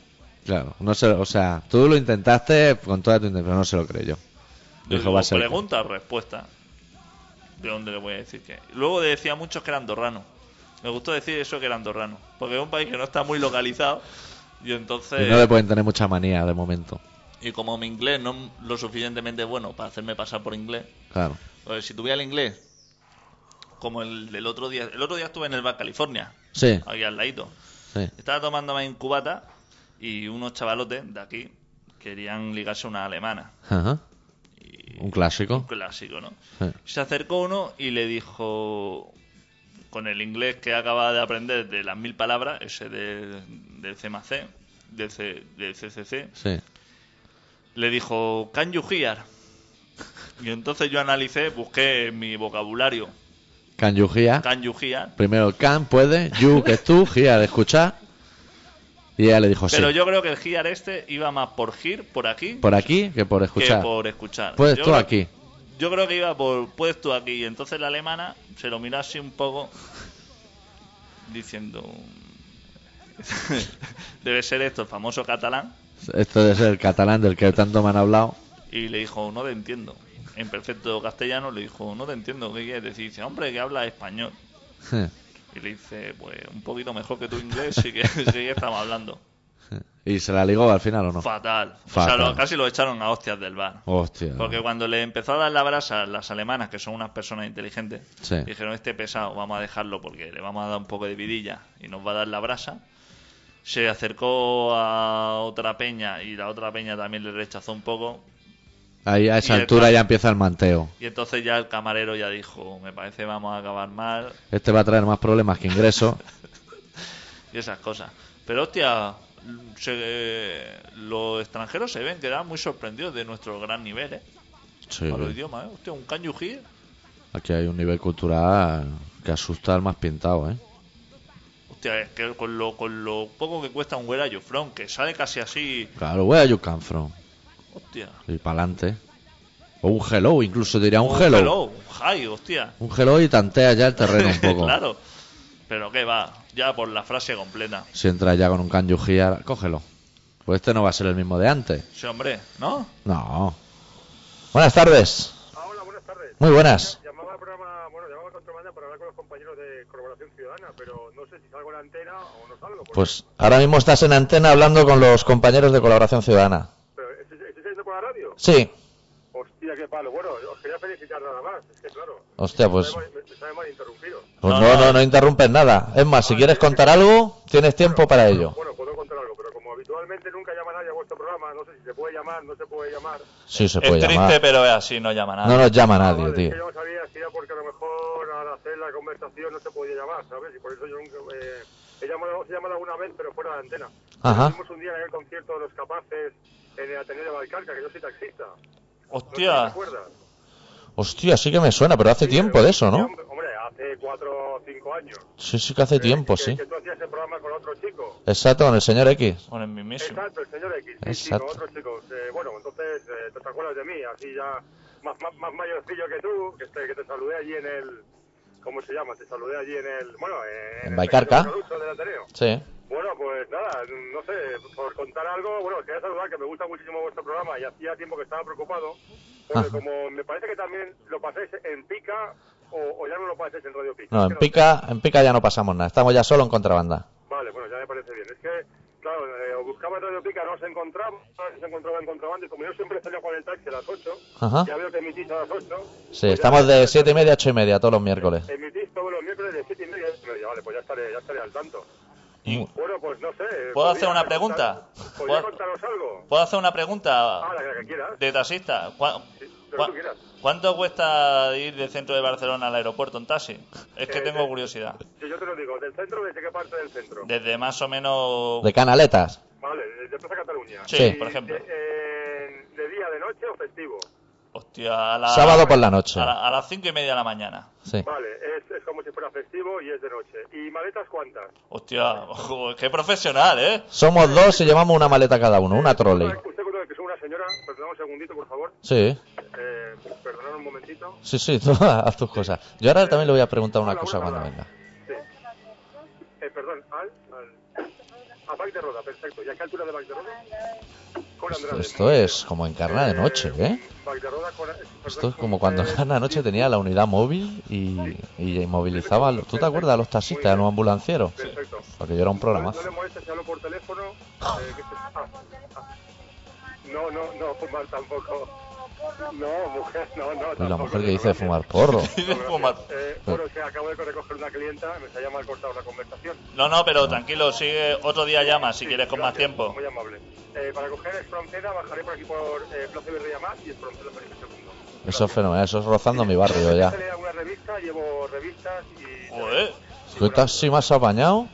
S1: Claro, no se, o sea, tú lo intentaste con toda tu intención, pero no se lo creyó.
S2: Yo
S1: Dijo,
S2: digo,
S1: va a ser. que-
S2: pregunta, respuesta. ¿De dónde le voy a decir que? Luego decía a muchos que era andorrano. Me gustó decir eso que era andorrano. Porque es un país que no está muy localizado. Y entonces.
S1: Y no le pueden tener mucha manía de momento.
S2: Y como mi inglés no es lo suficientemente bueno para hacerme pasar por inglés.
S1: Claro.
S2: Porque si tuviera el inglés. Como el del otro día. El otro día estuve en el Bar California.
S1: Sí,
S2: Aquí al ladito.
S1: sí.
S2: Estaba tomándome en cubata. Y unos chavalotes de aquí. Querían ligarse a una alemana.
S1: Ajá.
S2: Y-
S1: Un clásico.
S2: clásico, ¿no?
S1: Sí.
S2: Se acercó uno y le dijo, con el inglés que acaba de aprender de las mil palabras, ese del, del CMC, del, C- del CCC,
S1: Sí.
S2: le dijo, can you hear? Y entonces yo analicé, busqué en mi vocabulario,
S1: Can you hear?
S2: can you hear?
S1: Primero can, puede, you, que es tú, hear, escuchar. Y ella le dijo Pues sí.
S2: Pero yo creo que el hear este iba más por hear, por aquí,
S1: Por aquí que por
S2: que
S1: escuchar.
S2: por escuchar.
S1: Puedes
S2: Yo
S1: tú
S2: creo-
S1: aquí.
S2: Yo creo que iba por puesto aquí. Y entonces la alemana se lo miró así un poco diciendo... Debe ser esto, el famoso catalán.
S1: Esto debe ser el catalán del que tanto me han hablado.
S2: Y le dijo, no te entiendo. En perfecto castellano le dijo, no te entiendo, ¿qué quieres decir? Dice, hombre, que habla español. Y le dice, pues un poquito mejor que tu inglés, sí que, sí que estamos hablando.
S1: ¿Y se la ligó al final o no?
S2: Fatal. O sea,
S1: Fatal.
S2: lo- casi lo echaron a hostias del bar.
S1: Hostia.
S2: Porque cuando le empezó a dar la brasa a las alemanas, que son unas personas inteligentes,
S1: Sí.
S2: dijeron, este pesado, vamos a dejarlo porque le vamos a dar un poco de vidilla y nos va a dar la brasa. Se acercó a otra peña y la otra peña también le rechazó un poco.
S1: Ahí a esa
S2: Y el
S1: altura
S2: ca-
S1: ya empieza el manteo.
S2: Y entonces ya el camarero ya dijo, me parece vamos a acabar mal
S1: Este va a traer más problemas que ingresos.
S2: y esas cosas. Pero hostia, se- los extranjeros se ven que quedan muy sorprendidos de nuestro gran nivel, ¿eh?
S1: Sí,
S2: Para los
S1: sí.
S2: idiomas, ¿eh? Hostia, un kanjuji.
S1: Aquí hay un nivel cultural que asusta al más pintado, ¿eh?
S2: Hostia, es que con lo, con lo poco que cuesta un Where Are You From, que sale casi así,
S1: Claro, where you come from?
S2: hostia.
S1: Y pa'lante. O un hello, incluso diría un,
S2: Un
S1: hello.
S2: un hi, hostia.
S1: Un hello y tantea ya el terreno un poco.
S2: claro. Pero que va, ya por la frase completa.
S1: Si entras ya con un can you hear, cógelo. Pues este no va a ser el mismo de antes.
S2: Sí, hombre, ¿no?
S1: No. Buenas tardes.
S6: Ah, hola, buenas tardes.
S1: Muy buenas.
S6: Llamaba al programa, bueno, llamaba a Contrabanda para hablar con los compañeros de Colaboración Ciudadana, pero no sé si salgo en la antena o no salgo. porque-
S1: Pues ahora mismo estás en antena hablando con los compañeros de Colaboración Ciudadana.
S6: Pero, ¿Estáis estáis yendo por la radio?
S1: Sí.
S6: Hostia, qué palo. Bueno, os quería felicitar nada más. Es que claro.
S1: Hostia, pues,
S6: Me, me- me sabe mal interrumpiros. Ah,
S1: pues
S2: No,
S1: no,
S2: no,
S1: no, no, interrumpes nada. Es más, si quieres contar algo, tienes tiempo para ello.
S6: Bueno, puedo contar algo, pero como habitualmente nunca llama nadie a vuestro programa, no sé si se puede llamar, no se puede llamar.
S1: Sí, se
S2: es
S1: puede
S2: triste,
S1: llamar.
S2: pero es así, no llama nada.
S1: No nos llama
S6: Ah,
S1: nadie,
S6: vale, es que
S1: tío.
S6: yo no sabía si era porque a lo mejor al hacer la conversación no se podía llamar, ¿sabes? Y por eso yo nunca... eh, he, llamado, he llamado alguna vez, pero fuera de antena.
S1: Ajá.
S6: Fuimos un día en el concierto de Los Capaces en el Ateneo de Valcarca, que yo soy taxista. No sé si ¿Te
S2: Hostia,
S6: acuerdas?
S1: Hostia, sí que me suena, pero hace
S6: Sí,
S1: tiempo
S6: pero-
S1: de eso, ¿no?
S6: Hombre, hace cuatro o cinco años.
S1: Sí, sí que hace tiempo,
S6: Eh, que,
S1: sí.
S6: Que tú hacías el programa con otro chico.
S1: Exacto, con el señor X.
S2: con el mismísimo.
S6: Exacto, el señor X. Sí, sí,
S1: Exacto.
S6: con otros chicos. Eh, bueno, entonces eh, este, te acuerdas de mí, así ya más, más, más mayorcillo que tú, que te, que te saludé allí en el ¿Cómo se llama? Te saludé allí en el. Bueno, eh, en,
S1: En Baicarca.
S6: el Caruso del Ateneo.
S1: Sí.
S6: Bueno, pues nada, no sé, por contar algo, bueno, quería saludar que me gusta muchísimo vuestro programa y hacía tiempo que estaba preocupado, porque
S1: Ajá.
S6: como me parece que también lo paséis en Pica o, o ya no lo paséis en Radio Pica.
S1: No,
S6: Es
S1: en
S6: que
S1: pica, en pica ya no pasamos nada. Estamos ya solo en contrabanda.
S6: Vale, bueno, ya me parece bien. Es que, claro, eh, os buscaba en Radio Pica, no os encontraba, no os encontraba en contrabando y como yo siempre salía con el taxi a las 8,
S1: Ajá.
S6: ya veo que emitís a las pues 8.
S1: Sí, estamos de siete y media a ocho y media todos los miércoles.
S6: Emitís todos los miércoles de 7 y media a 8 y media, vale, pues ya estaré, ya estaré al tanto.
S2: Y-
S6: Bueno, pues no sé.
S2: ¿Puedo
S6: podría
S2: hacer una pregunta?
S6: contar- ¿Podría
S2: ¿Puedo-
S6: contaros algo?
S2: ¿Puedo hacer una pregunta
S6: Ah, la que quieras.
S2: de taxista? ¿Cuá-
S6: Sí, lo que
S2: cuá-
S6: tú quieras.
S2: ¿Cuánto cuesta ir del centro de Barcelona al aeropuerto en taxi? Es que
S6: Eh,
S2: tengo
S6: eh.
S2: curiosidad.
S6: Sí, yo te lo digo, ¿del centro desde qué parte del centro?
S2: Desde más o menos...
S1: De canaletas.
S6: Vale, desde Plaza Cataluña.
S2: Sí,
S1: Sí.
S2: por ejemplo.
S6: De, eh, de día, de noche o festivo?
S2: Hostia, a la-
S1: Sábado por la noche.
S2: A, la- a las cinco y media de la mañana.
S1: Sí.
S6: Vale, es, es como si fuera festivo y es de noche. ¿Y maletas cuántas?
S2: Hostia, ojo, qué profesional, ¿eh?
S1: Somos dos y llevamos una maleta cada uno, una
S6: Eh,
S1: trolley.
S6: Usted usted conoce que soy una señora, perdonad un segundito, por favor.
S1: Sí,
S6: Eh, perdonad un momentito.
S1: sí, sí, tú haz tus cosas. Yo ahora también le voy a preguntar una
S6: Hola,
S1: cosa
S6: hola,
S1: cuando
S6: hola.
S1: venga.
S6: Sí. Eh, perdón, al, al... A Bac de Roda, perfecto. ¿Y a qué altura de Bac de Roda? Con
S1: Esto-
S6: Andrade.
S1: esto es como en Carna de Noche, ¿eh?
S6: Bac de Roda con-
S1: Esto
S6: perdón,
S1: es como cuando
S6: eh,
S1: en la noche
S6: sí,
S1: tenía la unidad móvil y, y movilizaba. a los- ¿Tú te acuerdas a los taxistas, a los ambulancieros?
S6: Perfecto.
S1: Porque yo era un programa.
S6: No le molestes si hablo por teléfono. eh, que se- ah, ah. No, no, no, fumar tampoco. No, mujer, no, no.
S1: Pues la
S6: tampoco,
S1: mujer que
S6: no,
S1: dice
S6: gracias.
S1: fumar porro.
S2: Dice
S6: No,
S2: Eh, fumar.
S6: gracias. Eh, bueno, es que acabo de recoger una clienta, me se ha mal cortado la conversación.
S2: No, no, pero tranquilo, sigue. Otro día llama si quieres con más
S6: gracias,
S2: tiempo.
S6: Muy amable. Eh, para coger es frontera, bajaré por aquí por eh, Plaza Iberia más y es frontera por este segundo.
S1: Eso es fenomenal, eso es rozando mi barrio ya.
S6: Leo una revista, llevo revistas y...
S2: Joder.
S1: ¿Tú estás sí más apañado?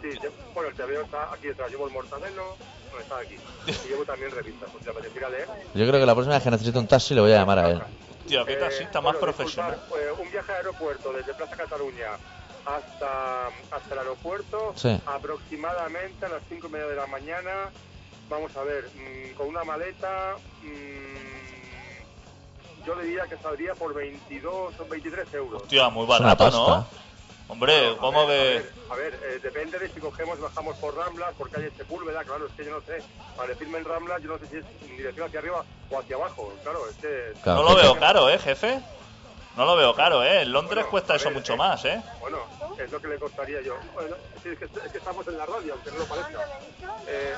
S6: Sí, yo- bueno, el TVO está aquí detrás. Llevo el mortadelo, no está aquí. Y llevo también revistas, porque me apeteciera leer.
S1: Yo creo que la próxima vez que necesite un taxi le voy a llamar a él.
S2: Tío, qué
S6: Eh,
S2: taxista más
S6: bueno,
S2: profesional.
S6: disculpad, eh, un viaje a aeropuerto desde Plaza Cataluña hasta, hasta el aeropuerto,
S1: Sí.
S6: aproximadamente a las 5 y media de la mañana. Vamos a ver, mm, con una maleta, mm, yo diría que saldría por 22 o 23 euros.
S2: Hostia, eh, muy
S1: Es una
S2: barato, ¿no?
S1: pasta.
S2: Hombre,
S6: Bueno,
S2: ¿cómo
S6: a ver,
S2: que...?
S6: A ver, a ver, eh, depende de si cogemos, bajamos por Ramblas, por calle Sepúlveda, este claro, es que yo no sé. Para decirme en Ramblas, yo no sé si es en dirección hacia arriba o hacia abajo, claro, es que...
S1: Claro,
S2: No lo
S1: que-
S2: veo caro, ¿eh, jefe? No lo veo caro, ¿eh? En Londres
S6: Bueno,
S2: cuesta
S6: a
S2: eso
S6: ver,
S2: mucho
S6: eh.
S2: más, ¿eh?
S6: Bueno, es lo que le costaría yo. Bueno, sí, es, que, es que estamos en la radio, aunque no lo parezca. Eh,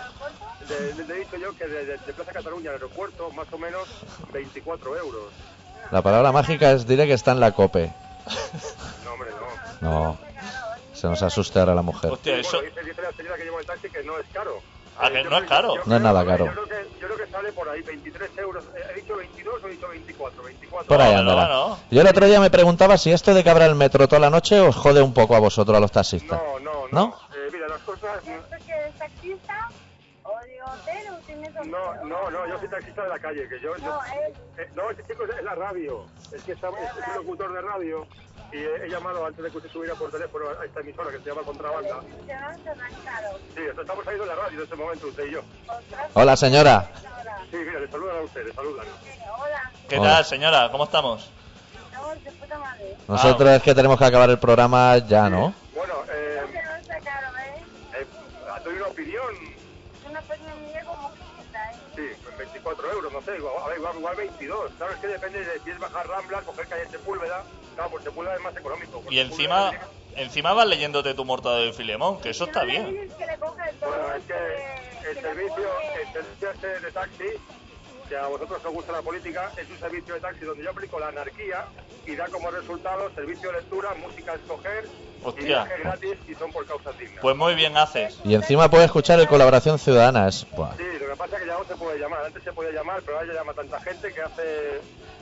S6: le, le- le he dicho yo que desde Plaza Cataluña al aeropuerto, más o menos 24 euros.
S1: La palabra mágica es diré que está en la cope.
S6: No, hombre, no.
S1: No, se nos asusta ahora la mujer.
S2: Hostia,
S6: Sí,
S2: eso...
S6: bueno, dice, dice la señora que lleva el taxi que no es caro.
S2: Ah, que
S6: yo
S2: no
S6: creo
S2: es caro.
S6: yo
S1: No es nada caro.
S6: creo- Yo creo, que, yo creo que sale por ahí, 23 euros. Eh, ¿He dicho 22 o he dicho 24? 24.
S1: Por ahí
S2: No, no,
S1: andará.
S2: no.
S1: Yo el otro día me preguntaba si esto de que habrá el metro toda la noche os jode un poco a vosotros, a los taxistas.
S6: No, no, no.
S1: ¿No?
S6: Eh, mira, las cosas... mm,
S7: taxista o de hotel o tienes
S6: No, no, no, yo soy taxista de la calle, que yo... yo-
S7: No, es
S6: eh, no, este chico es es la radio. Es que estamos- es un locutor de radio y he, he llamado antes de que usted subiera por teléfono a esta emisora que se llama Contrabanda.
S7: se van arrancados.
S6: Sí, estamos saliendo en la radio en este momento, usted y yo.
S1: Hola, señora.
S6: Sí, mira, le saludan a usted, le saludan.
S7: Hola,
S2: ¿Qué
S1: Hola.
S2: tal, señora? ¿Cómo estamos?
S7: estamos de puta madre.
S1: Nosotros es que tenemos que acabar el programa ya, Ah, ¿no?
S6: Bueno, eh,
S7: Se van sacaron, ¿eh?
S6: eh, doy una opinión...
S7: Una peña mía como quita, ¿eh?
S6: Sí, pues 24 euros, no sé, igual, a ver, igual, igual 22. Claro, es que depende de si es bajar Rambla, coger calle Sepúlveda. Claro, pues Sepúlveda es más económico. porque
S2: Y
S6: Sepúlveda
S2: encima...
S6: tiene-
S2: Encima vas leyéndote tu mortadelo de filemón, que eso
S7: Si
S2: está
S7: no le
S2: bien.
S7: dices que le coja el
S6: Bueno,
S7: todo,
S6: es
S7: que-
S6: que
S7: que
S6: el
S7: le
S6: servicio,
S7: coge-
S6: el servicio este de taxi, que a vosotros os gusta la política, es un servicio de taxi donde yo aplico la anarquía y da como resultado servicio de lectura, música a escoger,
S2: Hostia.
S6: y viaje gratis y son por causas dignas.
S2: Pues muy bien haces.
S1: Y encima puedes escuchar el Colaboración Ciudadana. Es, buah,
S6: Sí, lo que pasa es que ya no se puede llamar. Antes se podía llamar, pero ahora ya llama tanta gente que hace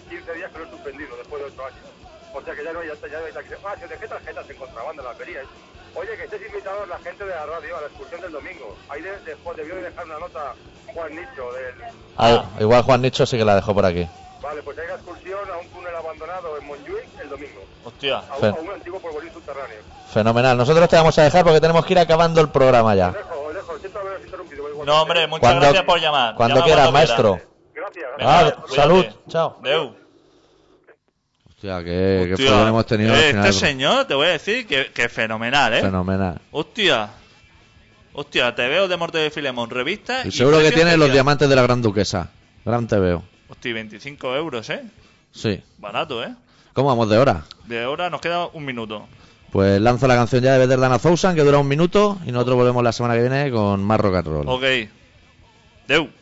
S6: 15 días que lo he suspendido después de 8 años. O sea que ya no hay, ya no hay taxi. Ah, si dejé tarjetas en contrabando en las averías. Oye, que estés invitado a la gente de la radio a la excursión del domingo. Ahí de- después debió de dejar una nota Juan Nicho del...
S1: Ah, igual Juan Nicho sí que la dejó por aquí.
S6: Vale, pues hay una excursión a un túnel abandonado en Montjuic el domingo.
S2: Hostia.
S6: A un,
S1: Fer.
S6: a un antiguo polvorín subterráneo.
S1: Fenomenal. Nosotros te vamos a dejar porque tenemos que ir acabando el programa
S6: Os
S1: ya.
S6: dejo, os dejo. Siento haberos interrumpido. igual-
S2: No, hombre, muchas
S1: Cuando-
S2: gracias por llamar.
S1: cuando
S2: Ah, Llama
S1: quieras,
S2: quieras.
S1: maestro.
S6: Gracias.
S1: Ah,
S2: Venga, cuídate.
S1: salud. Chao.
S2: Adeu.
S1: Hostia, qué, qué
S2: Hostia,
S1: problema hemos tenido. al
S2: eh,
S1: final.
S2: este señor, te voy a decir que, que fenomenal, ¿eh?
S1: Fenomenal.
S2: Hostia. Hostia, te veo de Morte de Filemón, revista.
S1: Y seguro que
S2: precio
S1: tiene los
S2: especial.
S1: diamantes de la Gran Duquesa. Gran te veo.
S2: Hostia, 25 euros, ¿eh?
S1: Sí.
S2: Barato, ¿eh?
S1: ¿Cómo vamos de hora?
S2: De ahora nos queda un minuto.
S1: Pues lanza la canción ya de Better Dana Thousand, que dura un minuto, y nosotros volvemos la semana que viene con más rock and roll.
S2: Ok. Deu.